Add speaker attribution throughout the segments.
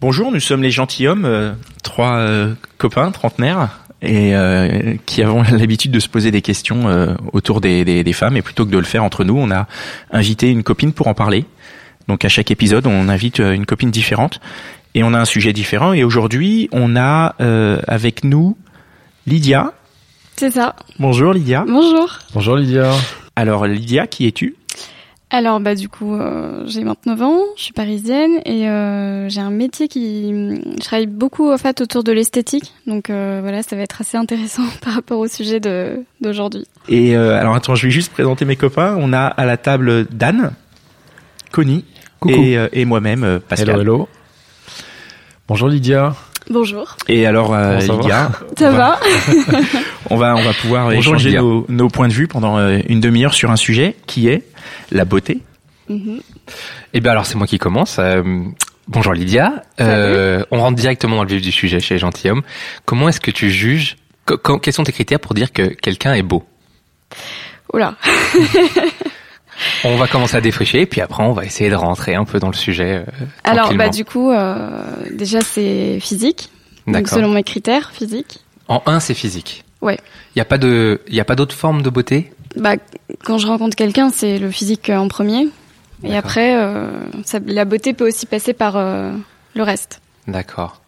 Speaker 1: Bonjour, nous sommes les gentilshommes, euh, trois euh, copains trentenaires et euh, qui avons l'habitude de se poser des questions euh, autour des, des- des femmes. Et plutôt que de le faire entre nous, on a invité une copine pour en parler. Donc à chaque épisode, on invite euh, une copine différente et on a un sujet différent. Et aujourd'hui, on a euh, avec nous Lydia.
Speaker 2: C'est ça.
Speaker 1: Bonjour
Speaker 3: Ah.
Speaker 1: Lydia.
Speaker 2: Bonjour.
Speaker 4: Bonjour Lydia.
Speaker 1: Alors Lydia, qui es-tu
Speaker 2: Alors bah du coup euh, j'ai 29 ans, je suis parisienne et euh, j'ai un métier qui je travaille beaucoup en fait autour de l'esthétique. Donc euh, voilà, ça va être assez intéressant par rapport au sujet de d'aujourd'hui.
Speaker 1: Et euh, alors attends, je vais juste présenter mes copains. On a à la table Dan, Connie
Speaker 4: Coucou.
Speaker 1: et, euh, et moi-même euh, Pascal.
Speaker 4: Hello, hello. Bonjour Lydia.
Speaker 2: Bonjour.
Speaker 1: Et alors euh,
Speaker 4: Comment ça va
Speaker 1: Lydia,
Speaker 2: Ça
Speaker 1: on va-
Speaker 2: va
Speaker 1: On va, on va pouvoir
Speaker 4: Bonjour,
Speaker 1: échanger
Speaker 4: Lydia.
Speaker 1: nos, nos points de vue pendant euh, une demi-heure sur un sujet qui est la beauté.
Speaker 2: Mhm.
Speaker 3: Eh bien alors c'est moi qui commence. Euh, bonjour Lydia. Euh, on rentre directement dans le vif du sujet chez Gentilhomme. Comment est-ce que tu juges qu- qu- Quels sont tes critères pour dire que quelqu'un est beau
Speaker 2: Oula.
Speaker 3: On va commencer à défricher et puis après on va essayer de rentrer un peu dans le sujet. euh,
Speaker 2: Alors bah
Speaker 3: tranquillement.
Speaker 2: du coup euh, déjà c'est physique. Donc
Speaker 3: D'accord.
Speaker 2: selon mes critères physique.
Speaker 3: En un c'est physique.
Speaker 2: Ouais.
Speaker 3: Il y a pas de, il y a pas d'autre forme de beauté.
Speaker 2: Bah quand je rencontre quelqu'un, c'est le physique euh, en premier et
Speaker 3: D'accord.
Speaker 2: après euh, ça- la beauté peut aussi passer par euh, le reste.
Speaker 3: D'accord.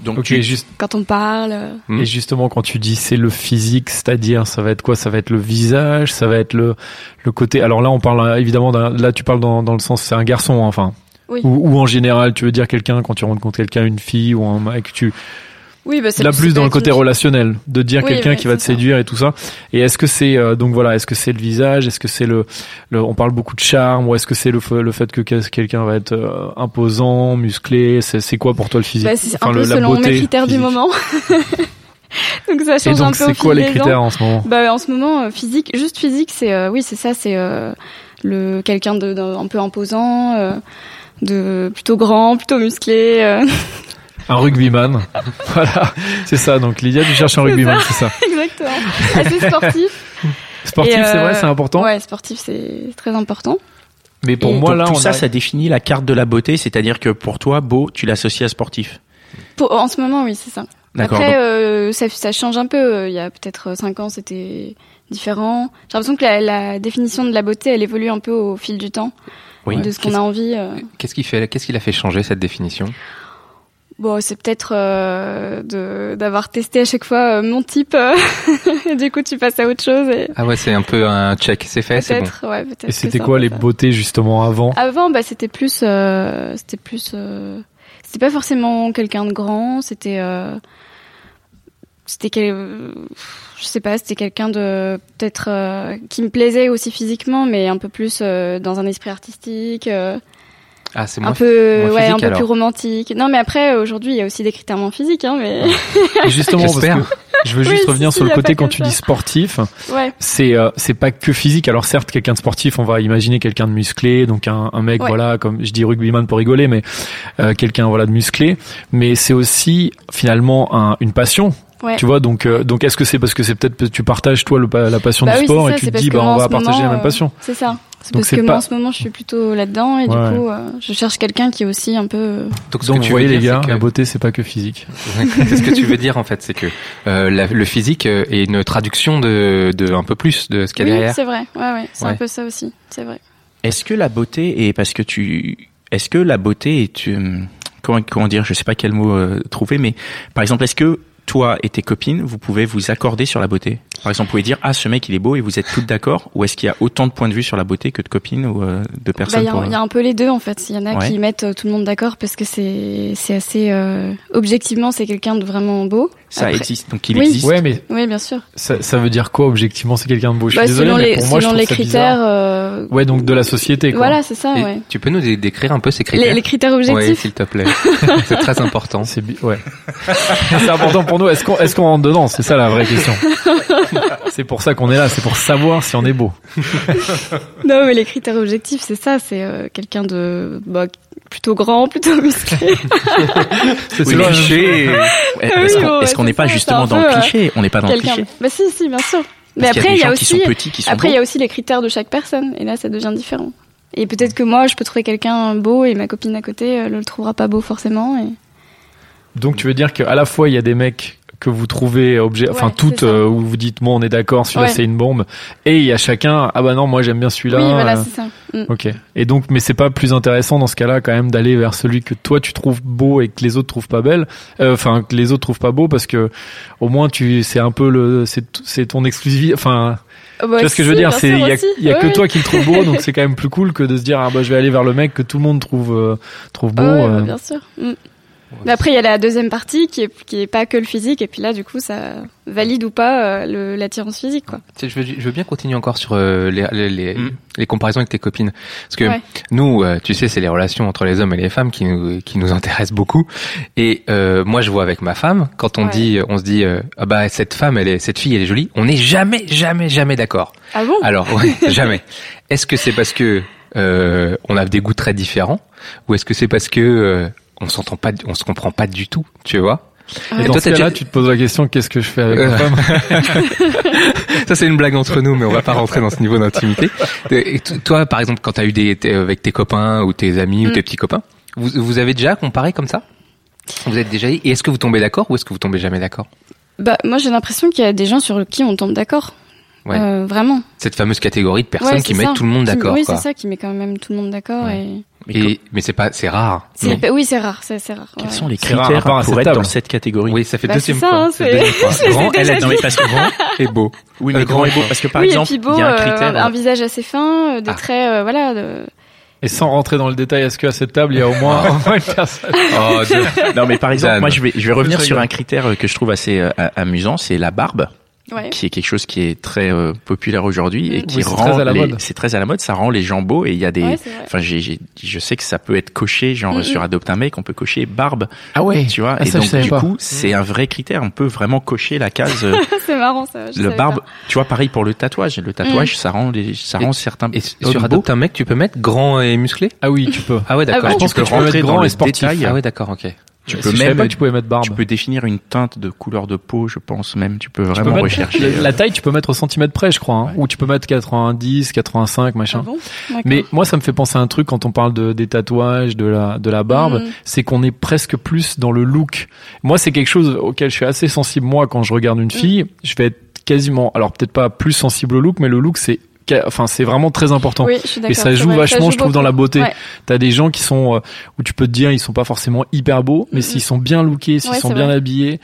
Speaker 1: Donc
Speaker 4: Ok,
Speaker 1: tu-
Speaker 4: juste-
Speaker 2: Quand on parle euh,
Speaker 3: Hmm.
Speaker 4: et justement quand tu dis c'est le physique, c'est-à-dire ça va être quoi Ça va être le visage, ça va être le le côté. Alors là on parle euh, évidemment d'un- là tu parles dans, dans le sens c'est un garçon hein, enfin.
Speaker 2: Oui.
Speaker 4: Ou, ou en général tu veux dire quelqu'un quand tu rencontres quelqu'un une fille ou un mec tu
Speaker 2: Oui, bah, c'est
Speaker 4: là plus
Speaker 2: c'est
Speaker 4: dans le
Speaker 2: la
Speaker 4: côté
Speaker 2: clinique.
Speaker 4: relationnel de dire
Speaker 2: Oui,
Speaker 4: quelqu'un
Speaker 2: oui,
Speaker 4: qui va
Speaker 2: c'est
Speaker 4: te
Speaker 2: ça.
Speaker 4: séduire et tout ça et est-ce que c'est euh, donc voilà est-ce que c'est le visage est-ce que c'est le, le- on parle beaucoup de charme ou est-ce que c'est le, f- le fait que quel- quelqu'un va être euh, imposant musclé c'est c'est quoi pour toi le physique
Speaker 2: Bah, c'est
Speaker 4: Enfin,
Speaker 2: un peu
Speaker 4: le- la
Speaker 2: selon
Speaker 4: beauté
Speaker 2: mes critères
Speaker 4: physique.
Speaker 2: du moment. donc ça
Speaker 4: et
Speaker 2: change un
Speaker 4: donc
Speaker 2: peu au
Speaker 4: c'est quoi
Speaker 2: fil
Speaker 4: les
Speaker 2: des
Speaker 4: critères en ce moment
Speaker 2: ans. Bah en ce moment euh, physique, juste physique, c'est euh, oui c'est ça, c'est euh, le quelqu'un de, d'un- un peu imposant, euh, de plutôt grand, plutôt musclé. euh,
Speaker 4: un rugbyman voilà c'est ça donc Lydia tu cherches un
Speaker 2: C'est
Speaker 4: rugbyman c'est ça
Speaker 2: Exactement. Assez sportif.
Speaker 4: sportif
Speaker 2: Et,
Speaker 4: c'est
Speaker 2: euh,
Speaker 4: vrai c'est important
Speaker 2: Ouais, sportif c'est très important.
Speaker 4: mais pour
Speaker 1: et
Speaker 4: moi
Speaker 1: donc,
Speaker 4: là
Speaker 1: tout
Speaker 4: on
Speaker 1: ça,
Speaker 4: a-
Speaker 1: ça définit la carte de la beauté, c'est-à-dire que pour toi, beau, tu l'associes à sportif.
Speaker 2: Pour, en ce moment oui c'est ça.
Speaker 1: D'accord.
Speaker 2: Après,
Speaker 1: donc-
Speaker 2: euh, ça, ça change un peu. euh, Il y a peut-être 5 ans, c'était différent. J'ai l'impression que la, la définition de la beauté, elle évolue un peu au fil du temps,
Speaker 3: Oui.
Speaker 2: de ce qu'on a envie. euh.
Speaker 3: Qu'est-ce qui fait, qu'est-ce qui l'a fait changer cette définition
Speaker 2: Bon, c'est peut-être euh, de- d'avoir testé à chaque fois euh, mon type. euh, et du coup, tu passes à autre chose. Et
Speaker 3: Ah ouais, c'est un peu un check. C'est fait, c'est bon.
Speaker 2: peut-être, ouais, peut-être.
Speaker 4: Eh, et
Speaker 2: que
Speaker 4: c'était
Speaker 2: c'est un
Speaker 4: quoi
Speaker 2: peu
Speaker 4: les
Speaker 2: ça.
Speaker 4: beautés justement avant
Speaker 2: Avant, bah, c'était plus, euh, c'était plus, euh, c'était pas forcément quelqu'un de grand, c'était, euh, c'était quel, je sais pas, c'était quelqu'un de peut-être euh, qui me plaisait aussi physiquement, mais un peu plus euh, dans un esprit artistique, euh,
Speaker 3: Ah c'est
Speaker 2: un
Speaker 3: moi.
Speaker 2: peu,
Speaker 3: moins
Speaker 2: ouais,
Speaker 3: physique,
Speaker 2: un peu
Speaker 3: alors.
Speaker 2: plus romantique. Non, mais après aujourd'hui, il y a aussi des critères moins physiques, hein, mais
Speaker 4: Et justement parce
Speaker 3: J'espère.
Speaker 4: que je veux juste
Speaker 2: Oui,
Speaker 4: revenir
Speaker 2: si,
Speaker 4: sur
Speaker 2: y
Speaker 4: le
Speaker 2: a
Speaker 4: côté
Speaker 2: pas
Speaker 4: quand
Speaker 2: que
Speaker 4: tu
Speaker 2: ça.
Speaker 4: dis sportif
Speaker 2: ouais,
Speaker 4: c'est euh, c'est pas que physique. Alors certes, quelqu'un de sportif, on va imaginer quelqu'un de musclé, donc un, un mec
Speaker 2: Ouais.
Speaker 4: voilà, comme je dis rugbyman pour rigoler, mais euh, quelqu'un voilà de musclé. Mais c'est aussi finalement un- une passion.
Speaker 2: ouais.
Speaker 4: Tu vois, donc euh, donc est-ce que c'est parce que c'est peut-être que tu partages toi le, pa- la passion
Speaker 2: Bah
Speaker 4: du
Speaker 2: oui,
Speaker 4: sport
Speaker 2: c'est
Speaker 4: et
Speaker 2: ça,
Speaker 4: tu
Speaker 2: c'est
Speaker 4: te
Speaker 2: parce
Speaker 4: dis
Speaker 2: que
Speaker 4: bah
Speaker 2: moi,
Speaker 4: on
Speaker 2: en
Speaker 4: va
Speaker 2: ce
Speaker 4: partager la
Speaker 2: moment, euh,
Speaker 4: même passion.
Speaker 3: euh,
Speaker 2: C'est ça. C'est
Speaker 4: Donc
Speaker 2: parce
Speaker 4: c'est
Speaker 2: que moi
Speaker 4: pas-
Speaker 2: en ce moment je suis plutôt là-dedans et
Speaker 4: Ouais.
Speaker 2: du coup euh, je cherche quelqu'un qui est aussi un peu euh,
Speaker 3: Donc, ce
Speaker 4: Donc
Speaker 3: que tu
Speaker 4: vous voyez
Speaker 3: veux
Speaker 4: les
Speaker 3: dire,
Speaker 4: gars,
Speaker 3: c'est que-
Speaker 4: la beauté c'est pas que physique.
Speaker 3: c'est ce que tu veux dire en fait, c'est que euh, la- le physique euh, est une traduction de, de un peu plus de ce qu'il y a
Speaker 2: Oui,
Speaker 3: derrière.
Speaker 2: c'est vrai. Ouais, ouais, c'est un
Speaker 3: Ouais.
Speaker 2: peu ça aussi. C'est vrai.
Speaker 1: Est-ce que la beauté est parce que tu, est-ce que la beauté est, tu, comment, comment dire, je sais pas quel mot euh, trouver, mais euh, par exemple, est-ce que toi et tes copines, vous pouvez vous accorder sur la beauté. Par exemple, vous pouvez dire ah ce mec il est beau et vous êtes toutes d'accord. Ou est-ce qu'il y a autant de points de vue sur la beauté que de copines ou euh, de
Speaker 2: Bah,
Speaker 1: personnes
Speaker 2: Il y a-
Speaker 1: pour-
Speaker 2: il y, a un peu les deux en fait. Il y en a
Speaker 1: Ouais.
Speaker 2: qui mettent euh, tout le monde d'accord parce que c'est c'est assez euh, objectivement c'est quelqu'un de vraiment beau.
Speaker 1: Ça
Speaker 2: Après-
Speaker 1: existe, donc il
Speaker 2: Oui.
Speaker 1: existe.
Speaker 4: Ouais, mais
Speaker 2: Oui bien sûr.
Speaker 4: ça, ça veut dire quoi objectivement C'est quelqu'un de beau. Je suis
Speaker 2: Bah,
Speaker 4: désolé,
Speaker 2: selon
Speaker 4: mais
Speaker 2: les
Speaker 4: pour moi, je
Speaker 2: selon
Speaker 4: trouve
Speaker 2: les
Speaker 4: ça
Speaker 2: critères.
Speaker 4: bizarre.
Speaker 2: euh,
Speaker 4: Ouais, donc de la société. Quoi.
Speaker 2: Voilà c'est ça
Speaker 3: Et
Speaker 2: ouais.
Speaker 3: Tu peux nous dé- décrire un peu ces critères
Speaker 2: Les, les critères
Speaker 3: Oui,
Speaker 2: objectifs.
Speaker 3: s'il te plaît. C'est très important.
Speaker 4: C'est bi- ouais. c'est important pour nous. Est-ce qu'on est-ce qu'on rentre dedans C'est ça la vraie question. c'est pour ça qu'on est là. C'est pour savoir si on est beau.
Speaker 2: non mais les critères objectifs c'est ça c'est euh, quelqu'un de bah, plutôt grand plutôt musclé.
Speaker 4: C'est
Speaker 1: Oui,
Speaker 4: c'est
Speaker 1: mais-
Speaker 4: vrai.
Speaker 1: Ouais,
Speaker 2: Ah
Speaker 1: Est-ce
Speaker 2: oui,
Speaker 1: qu'on
Speaker 2: bon,
Speaker 1: est-ce
Speaker 2: ouais,
Speaker 1: qu'on n'est
Speaker 2: c'est
Speaker 1: pas
Speaker 2: ça,
Speaker 1: justement
Speaker 2: c'est
Speaker 1: dans
Speaker 2: un
Speaker 1: le
Speaker 2: peu,
Speaker 1: cliché On n'est pas dans le
Speaker 2: quelqu'un.
Speaker 1: cliché.
Speaker 2: Bah si si bien sûr. Mais
Speaker 1: Parce qu'il y a
Speaker 2: après
Speaker 1: des
Speaker 2: il y
Speaker 1: gens
Speaker 2: a
Speaker 1: qui sont
Speaker 2: aussi
Speaker 1: petits, qui sont
Speaker 2: après
Speaker 1: beaux.
Speaker 2: il y a aussi les critères de chaque personne et là ça devient différent. Et peut-être que moi je peux trouver quelqu'un beau et ma copine à côté euh, ne le trouvera pas beau forcément et
Speaker 4: Donc tu veux dire qu'à la fois il y a des mecs que vous trouvez objet, enfin
Speaker 2: Ouais,
Speaker 4: toutes
Speaker 2: c'est ça.
Speaker 4: euh, où vous dites moi on est d'accord, celui-là
Speaker 2: Ouais.
Speaker 4: c'est une bombe, et il y a chacun ah bah non moi j'aime bien celui-là.
Speaker 2: oui voilà
Speaker 4: euh,
Speaker 2: c'est ça. Mm.
Speaker 4: Ok. Et donc, mais c'est pas plus intéressant dans ce cas-là quand même d'aller vers celui que toi tu trouves beau et que les autres trouvent pas belle, euh, enfin que les autres trouvent pas beau parce que au moins tu, c'est un peu le, c'est t- c'est ton exclusivité, enfin
Speaker 2: Ah bah
Speaker 4: tu vois ce que
Speaker 2: si,
Speaker 4: je veux dire,
Speaker 2: bien
Speaker 4: c'est il
Speaker 2: sûr
Speaker 4: y a,
Speaker 2: aussi.
Speaker 4: il y a
Speaker 2: Ouais,
Speaker 4: que
Speaker 2: ouais.
Speaker 4: toi qui le trouves beau donc c'est quand même plus cool que de se dire ah bah je vais aller vers le mec que tout le monde trouve euh, trouve beau.
Speaker 2: Ouais, ouais,
Speaker 4: euh.
Speaker 2: bah, bien sûr. Mm. Mais après, il y a la deuxième partie qui est, qui est pas que le physique, et puis là, du coup, ça valide ou pas euh, le- l'attirance physique, quoi.
Speaker 3: Tu sais, Je veux, je veux bien continuer encore sur euh, les, les, les-
Speaker 1: Mm.
Speaker 3: les comparaisons avec tes copines. Parce que
Speaker 2: Ouais.
Speaker 3: nous, euh, tu sais, c'est les relations entre les hommes et les femmes qui nous, qui nous intéressent beaucoup. Et euh, moi, je vois avec ma femme, quand on
Speaker 2: Ouais.
Speaker 3: dit, on se dit, euh, ah bah cette femme, elle est, cette fille, elle est jolie, on n'est jamais, jamais, jamais d'accord.
Speaker 2: Ah bon
Speaker 3: Alors, ouais, jamais. Est-ce que c'est parce que euh, on a des goûts très différents, ou est-ce que c'est parce que euh, on s'entend pas, on se comprend pas du tout, tu vois
Speaker 4: Et
Speaker 2: Ouais.
Speaker 4: dans
Speaker 3: Toi,
Speaker 4: ce
Speaker 3: t'as
Speaker 4: cas-là,
Speaker 3: déjà-
Speaker 4: tu te poses la question qu'est-ce que je fais avec ma
Speaker 3: Euh.
Speaker 4: femme
Speaker 3: Ça, c'est une blague entre nous, mais on va pas rentrer dans ce niveau d'intimité. Et t- toi, par exemple, quand t'as eu des, t'es avec tes copains ou tes amis ou
Speaker 2: Mm.
Speaker 3: tes petits copains, vous, vous avez déjà comparé comme ça Vous êtes déjà dit, et est-ce que vous tombez d'accord ou est-ce que vous tombez jamais d'accord
Speaker 2: Bah, moi, j'ai l'impression qu'il y a des gens sur qui on tombe d'accord.
Speaker 3: Ouais.
Speaker 2: Euh, vraiment.
Speaker 3: Cette fameuse catégorie de personnes
Speaker 2: Ouais,
Speaker 3: qui
Speaker 2: c'est
Speaker 3: mettent
Speaker 2: ça.
Speaker 3: tout le monde
Speaker 2: Qui-
Speaker 3: d'accord.
Speaker 2: Oui,
Speaker 3: quoi.
Speaker 2: c'est ça qui met quand même tout le monde d'accord.
Speaker 3: Ouais.
Speaker 2: Et...
Speaker 1: Mais
Speaker 3: Et, mais c'est pas, c'est rare.
Speaker 2: c'est-
Speaker 3: Mais-
Speaker 2: bah Oui, c'est rare, c'est c'est rare.
Speaker 1: Quels
Speaker 2: ouais.
Speaker 1: sont les
Speaker 4: C'est rare,
Speaker 1: critères
Speaker 4: à part
Speaker 1: pour être
Speaker 4: acceptable.
Speaker 1: dans cette catégorie
Speaker 3: Oui, ça fait
Speaker 2: Bah,
Speaker 3: deuxième
Speaker 2: c'est ça,
Speaker 3: fois.
Speaker 2: hein,
Speaker 3: c'est
Speaker 2: c'est-
Speaker 3: deuxième fois.
Speaker 2: je les ai
Speaker 3: Grand, elle a
Speaker 2: déjà
Speaker 3: dit
Speaker 1: Non, mais parce que-
Speaker 3: et beau.
Speaker 1: Oui,
Speaker 3: Euh,
Speaker 1: mais grand
Speaker 3: grand
Speaker 1: et beau.
Speaker 3: enfant.
Speaker 1: Parce que par
Speaker 2: oui,
Speaker 1: exemple,
Speaker 2: et puis beau,
Speaker 1: il y a un
Speaker 2: euh,
Speaker 1: critère.
Speaker 2: un visage assez fin, euh, des
Speaker 3: Ah.
Speaker 2: traits, euh, voilà. de-
Speaker 4: Et sans rentrer dans le détail, est-ce qu'à cette table il y a au
Speaker 1: Ah.
Speaker 4: moins, au moins une personne
Speaker 3: Oh, Dieu.
Speaker 1: euh, Non, mais par exemple,
Speaker 3: Dan.
Speaker 1: moi, je vais, je vais revenir
Speaker 4: Je
Speaker 1: sur
Speaker 4: rigole.
Speaker 1: un critère que je trouve assez euh, a- amusant, c'est la barbe,
Speaker 2: Ouais.
Speaker 1: qui est quelque chose qui est très euh, populaire aujourd'hui et
Speaker 2: Mm.
Speaker 1: qui
Speaker 4: Oui, c'est
Speaker 1: rend
Speaker 4: très à la
Speaker 1: les-
Speaker 4: mode.
Speaker 1: c'est très à la mode, ça rend les gens beaux et il y a des,
Speaker 2: Ouais, c'est vrai.
Speaker 1: enfin, j'ai, j'ai- je sais que ça peut être coché, genre
Speaker 2: Mm, mm.
Speaker 1: sur Adopte un mec, on peut cocher barbe,
Speaker 4: Ah ouais.
Speaker 1: tu vois,
Speaker 4: Ah,
Speaker 1: et
Speaker 4: ça, je
Speaker 1: donc
Speaker 4: savais
Speaker 1: du
Speaker 4: pas.
Speaker 1: coup, c'est un vrai critère, on peut vraiment cocher la case. euh,
Speaker 2: C'est marrant, ça. je
Speaker 1: Le
Speaker 2: savais
Speaker 1: barbe,
Speaker 2: pas.
Speaker 1: tu vois, pareil pour le tatouage. Le tatouage, ça rend les, ça
Speaker 3: Et-
Speaker 1: rend certains.
Speaker 3: Et
Speaker 1: hommes
Speaker 3: sur
Speaker 1: beaux.
Speaker 3: Adopte un mec, tu peux mettre grand et musclé
Speaker 4: Ah oui, tu peux.
Speaker 3: Ah ouais, d'accord.
Speaker 2: Ah bon
Speaker 3: tu
Speaker 1: pense
Speaker 3: peux
Speaker 1: que tu peux
Speaker 3: rentrer
Speaker 4: mettre
Speaker 3: dans
Speaker 4: grand
Speaker 3: le
Speaker 4: et sportif.
Speaker 3: détail. Ah ouais, d'accord, ok.
Speaker 1: tu
Speaker 4: Si
Speaker 1: peux
Speaker 4: je savais
Speaker 1: même,
Speaker 4: pas que tu pouvais mettre barbe.
Speaker 1: tu peux définir une teinte de couleur de peau, je pense même. Tu peux
Speaker 4: Tu
Speaker 1: vraiment
Speaker 4: peux mettre-
Speaker 1: rechercher. euh.
Speaker 4: La, la taille, tu peux mettre au centimètre près, je crois. hein, Ou tu peux mettre 90, 85,
Speaker 2: Ah
Speaker 4: machin.
Speaker 2: bon D'accord.
Speaker 4: Mais moi, ça me fait penser à un truc quand on parle de, des tatouages, de la, de la barbe,
Speaker 2: Mm.
Speaker 4: c'est qu'on est presque plus dans le look. Moi, c'est quelque chose auquel je suis assez sensible. Moi, quand je regarde
Speaker 2: Mm.
Speaker 4: une fille, je vais être quasiment, alors peut-être pas plus sensible au look, mais le look, c'est, ca- enfin, c'est vraiment très important.
Speaker 2: Oui, je suis d'accord.
Speaker 4: Et ça
Speaker 2: c'est
Speaker 4: joue
Speaker 2: vrai,
Speaker 4: vachement,
Speaker 2: joue
Speaker 4: je trouve, dans la
Speaker 2: beaucoup.
Speaker 4: beauté.
Speaker 2: Ouais.
Speaker 4: T'as des gens qui sont euh, où tu peux te dire ils sont pas forcément hyper beaux, mais
Speaker 2: Mm,
Speaker 4: s'ils sont bien lookés, s'ils
Speaker 2: Ouais,
Speaker 4: sont
Speaker 2: c'est
Speaker 4: bien
Speaker 2: vrai.
Speaker 4: habillés,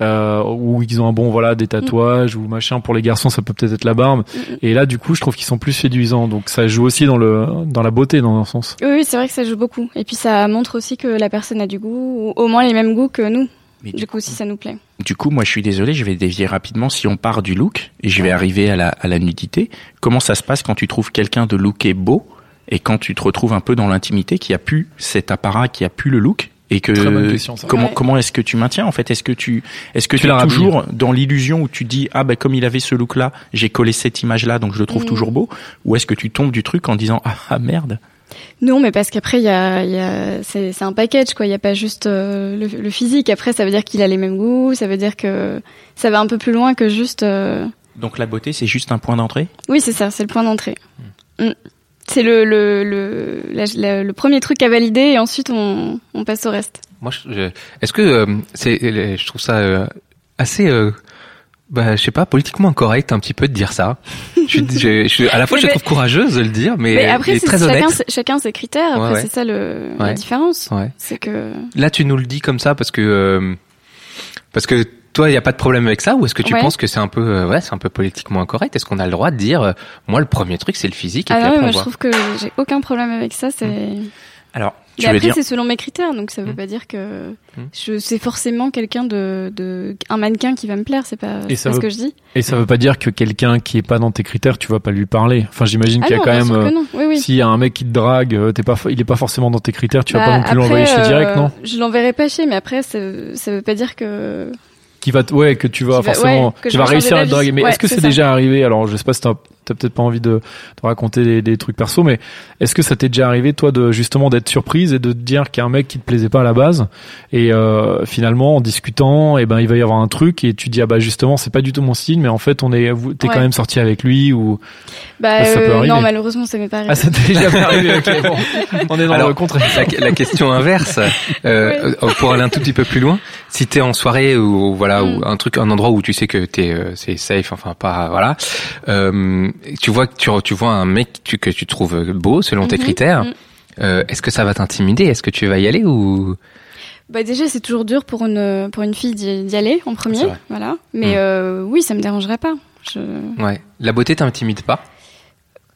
Speaker 4: euh, ou ils ont un bon voilà des tatouages ou machin. Pour les garçons, ça peut peut-être être la barbe.
Speaker 2: Mm, mm.
Speaker 4: Et là, du coup, je trouve qu'ils sont plus séduisants. Donc ça joue aussi dans le dans la beauté dans un sens.
Speaker 2: Oui, oui, c'est vrai que ça joue beaucoup. Et puis ça montre aussi que la personne a du goût, ou au moins les mêmes goûts que nous.
Speaker 1: Mais
Speaker 2: Du coup, si ça nous plaît.
Speaker 1: Du coup, moi, je suis désolé, je vais dévier rapidement. Si on part du look et je vais arriver à la, à la nudité, comment ça se passe quand tu trouves quelqu'un de looké beau et quand tu te retrouves un peu dans l'intimité, qui a pu cet apparat, qui a pu le look et que
Speaker 4: Très bonne question, ça.
Speaker 1: Euh, comment
Speaker 2: Ouais.
Speaker 1: comment est-ce que tu maintiens en fait Est-ce que tu est-ce que
Speaker 4: Tu
Speaker 1: tu
Speaker 4: la
Speaker 1: es
Speaker 4: rhabilles.
Speaker 1: toujours dans l'illusion où tu dis ah ben comme il avait ce look là, j'ai collé cette image là, donc je le trouve
Speaker 2: Mm.
Speaker 1: toujours beau Ou est-ce que tu tombes du truc en disant ah, ah, merde
Speaker 2: Non, mais parce qu'après, il y a, il y a, c'est c'est un package, quoi. Il n'y a pas juste euh, le, le physique. Après, ça veut dire qu'il a les mêmes goûts, ça veut dire que ça va un peu plus loin que juste. euh,
Speaker 1: Donc la beauté c'est juste un point d'entrée
Speaker 2: Oui, c'est ça, c'est le point d'entrée.
Speaker 3: Hmm.
Speaker 2: Mm. C'est le, le, le, la- la- le premier truc à valider et ensuite on, on passe au reste.
Speaker 3: Moi, je, je- est-ce que euh, c'est, euh, je trouve ça euh, assez, euh, bah, je sais pas, politiquement incorrect un petit peu de dire ça. Je, suis- je, je suis- à la fois, je la
Speaker 2: Mais-
Speaker 3: trouve courageuse de le dire, mais,
Speaker 2: mais
Speaker 3: euh,
Speaker 2: après,
Speaker 3: et
Speaker 2: c'est-
Speaker 3: très
Speaker 2: chacun,
Speaker 3: honnête.
Speaker 2: ses- chacun ses critères. Après,
Speaker 3: Ouais, ouais.
Speaker 2: c'est ça le, la
Speaker 3: Ouais.
Speaker 2: différence.
Speaker 3: Ouais.
Speaker 2: C'est que.
Speaker 3: Là, tu nous le dis comme ça parce que euh, parce que Toi, il n'y a pas de problème avec ça ou est-ce que tu
Speaker 2: Ouais.
Speaker 3: penses que c'est un peu, euh, ouais, c'est un peu politiquement incorrect Est-ce qu'on a le droit de dire, euh, moi, le premier truc, c'est le physique et
Speaker 2: Ah
Speaker 3: puis
Speaker 2: non, mais
Speaker 3: après
Speaker 2: moi
Speaker 3: on
Speaker 2: je
Speaker 3: voit.
Speaker 2: trouve que j'ai aucun problème avec ça. C'est.
Speaker 3: Hmm.
Speaker 1: Alors,
Speaker 2: Mais
Speaker 1: tu veux
Speaker 2: après
Speaker 1: dire
Speaker 2: c'est selon mes critères, donc ça veut
Speaker 4: Hmm.
Speaker 3: Mm.
Speaker 2: pas dire que
Speaker 3: Mm.
Speaker 2: je c'est forcément quelqu'un de, de un mannequin qui va me plaire. C'est pas,
Speaker 4: Et
Speaker 2: c'est
Speaker 4: ça
Speaker 2: pas ce
Speaker 4: veut-
Speaker 2: que je dis.
Speaker 4: Et ça veut pas dire que quelqu'un qui est pas dans tes critères, tu vas pas lui parler. Enfin, j'imagine
Speaker 2: Ah
Speaker 4: qu'il y a
Speaker 2: non,
Speaker 4: quand
Speaker 2: bien
Speaker 4: même.
Speaker 2: sûr
Speaker 4: euh,
Speaker 2: que non. Oui, oui.
Speaker 4: S'il y a un mec qui te drague, euh, t'es pas, fo- il est pas forcément dans tes critères, tu vas
Speaker 2: Bah,
Speaker 4: pas non plus
Speaker 2: après,
Speaker 4: l'envoyer chez
Speaker 2: euh,
Speaker 4: direct, non
Speaker 2: Je l'enverrai pas chez, mais après, ça, ça veut pas dire que.
Speaker 4: Qui va, t- ouais, que tu vas
Speaker 2: Qui va-
Speaker 4: forcément,
Speaker 2: ouais, que
Speaker 4: tu
Speaker 2: je
Speaker 4: vas
Speaker 2: vais
Speaker 4: réussir
Speaker 2: changer
Speaker 4: à le
Speaker 2: d'avis.
Speaker 4: draguer. Mais
Speaker 2: Ouais,
Speaker 4: est-ce que
Speaker 2: c'est
Speaker 4: c'est
Speaker 2: ça.
Speaker 4: déjà arrivé Alors, je sais pas si t'as t'as peut-être pas envie de, de raconter des, des trucs perso, mais est-ce que ça t'est déjà arrivé, toi, de justement d'être surprise et de te dire qu'il y a un mec qui te plaisait pas à la base et euh, finalement en discutant, et ben il va y avoir un truc et tu dis ah bah justement c'est pas du tout mon style, mais en fait on est, vous- t'es
Speaker 2: Ouais.
Speaker 4: quand même sorti avec lui ou
Speaker 2: Bah,
Speaker 4: Ça peut arriver.
Speaker 2: non, malheureusement, ça m'est pas arrivé.
Speaker 4: ah ça t'est déjà arrivé ok bon on est dans
Speaker 3: Alors,
Speaker 4: le contraire.
Speaker 3: La, la question inverse, euh, euh, pour aller un tout petit peu plus loin, si t'es en soirée ou voilà ou
Speaker 2: Mm.
Speaker 3: un truc, un endroit où tu sais que t'es euh, c'est safe, enfin pas voilà, euh, tu vois que tu tu vois un mec que tu, que tu trouves beau selon tes
Speaker 2: Mhm,
Speaker 3: critères.
Speaker 2: mhm.
Speaker 3: euh, Est-ce que ça va t'intimider Est-ce que tu vas y aller ou
Speaker 2: Bah, déjà, c'est toujours dur pour une, pour une fille d'y d'y aller en
Speaker 3: C'est
Speaker 2: premier.
Speaker 3: vrai.
Speaker 2: Voilà. Mais
Speaker 4: Hmm.
Speaker 3: Mm.
Speaker 2: euh, oui, ça me dérangerait pas. Je...
Speaker 3: ouais La beauté t'intimide pas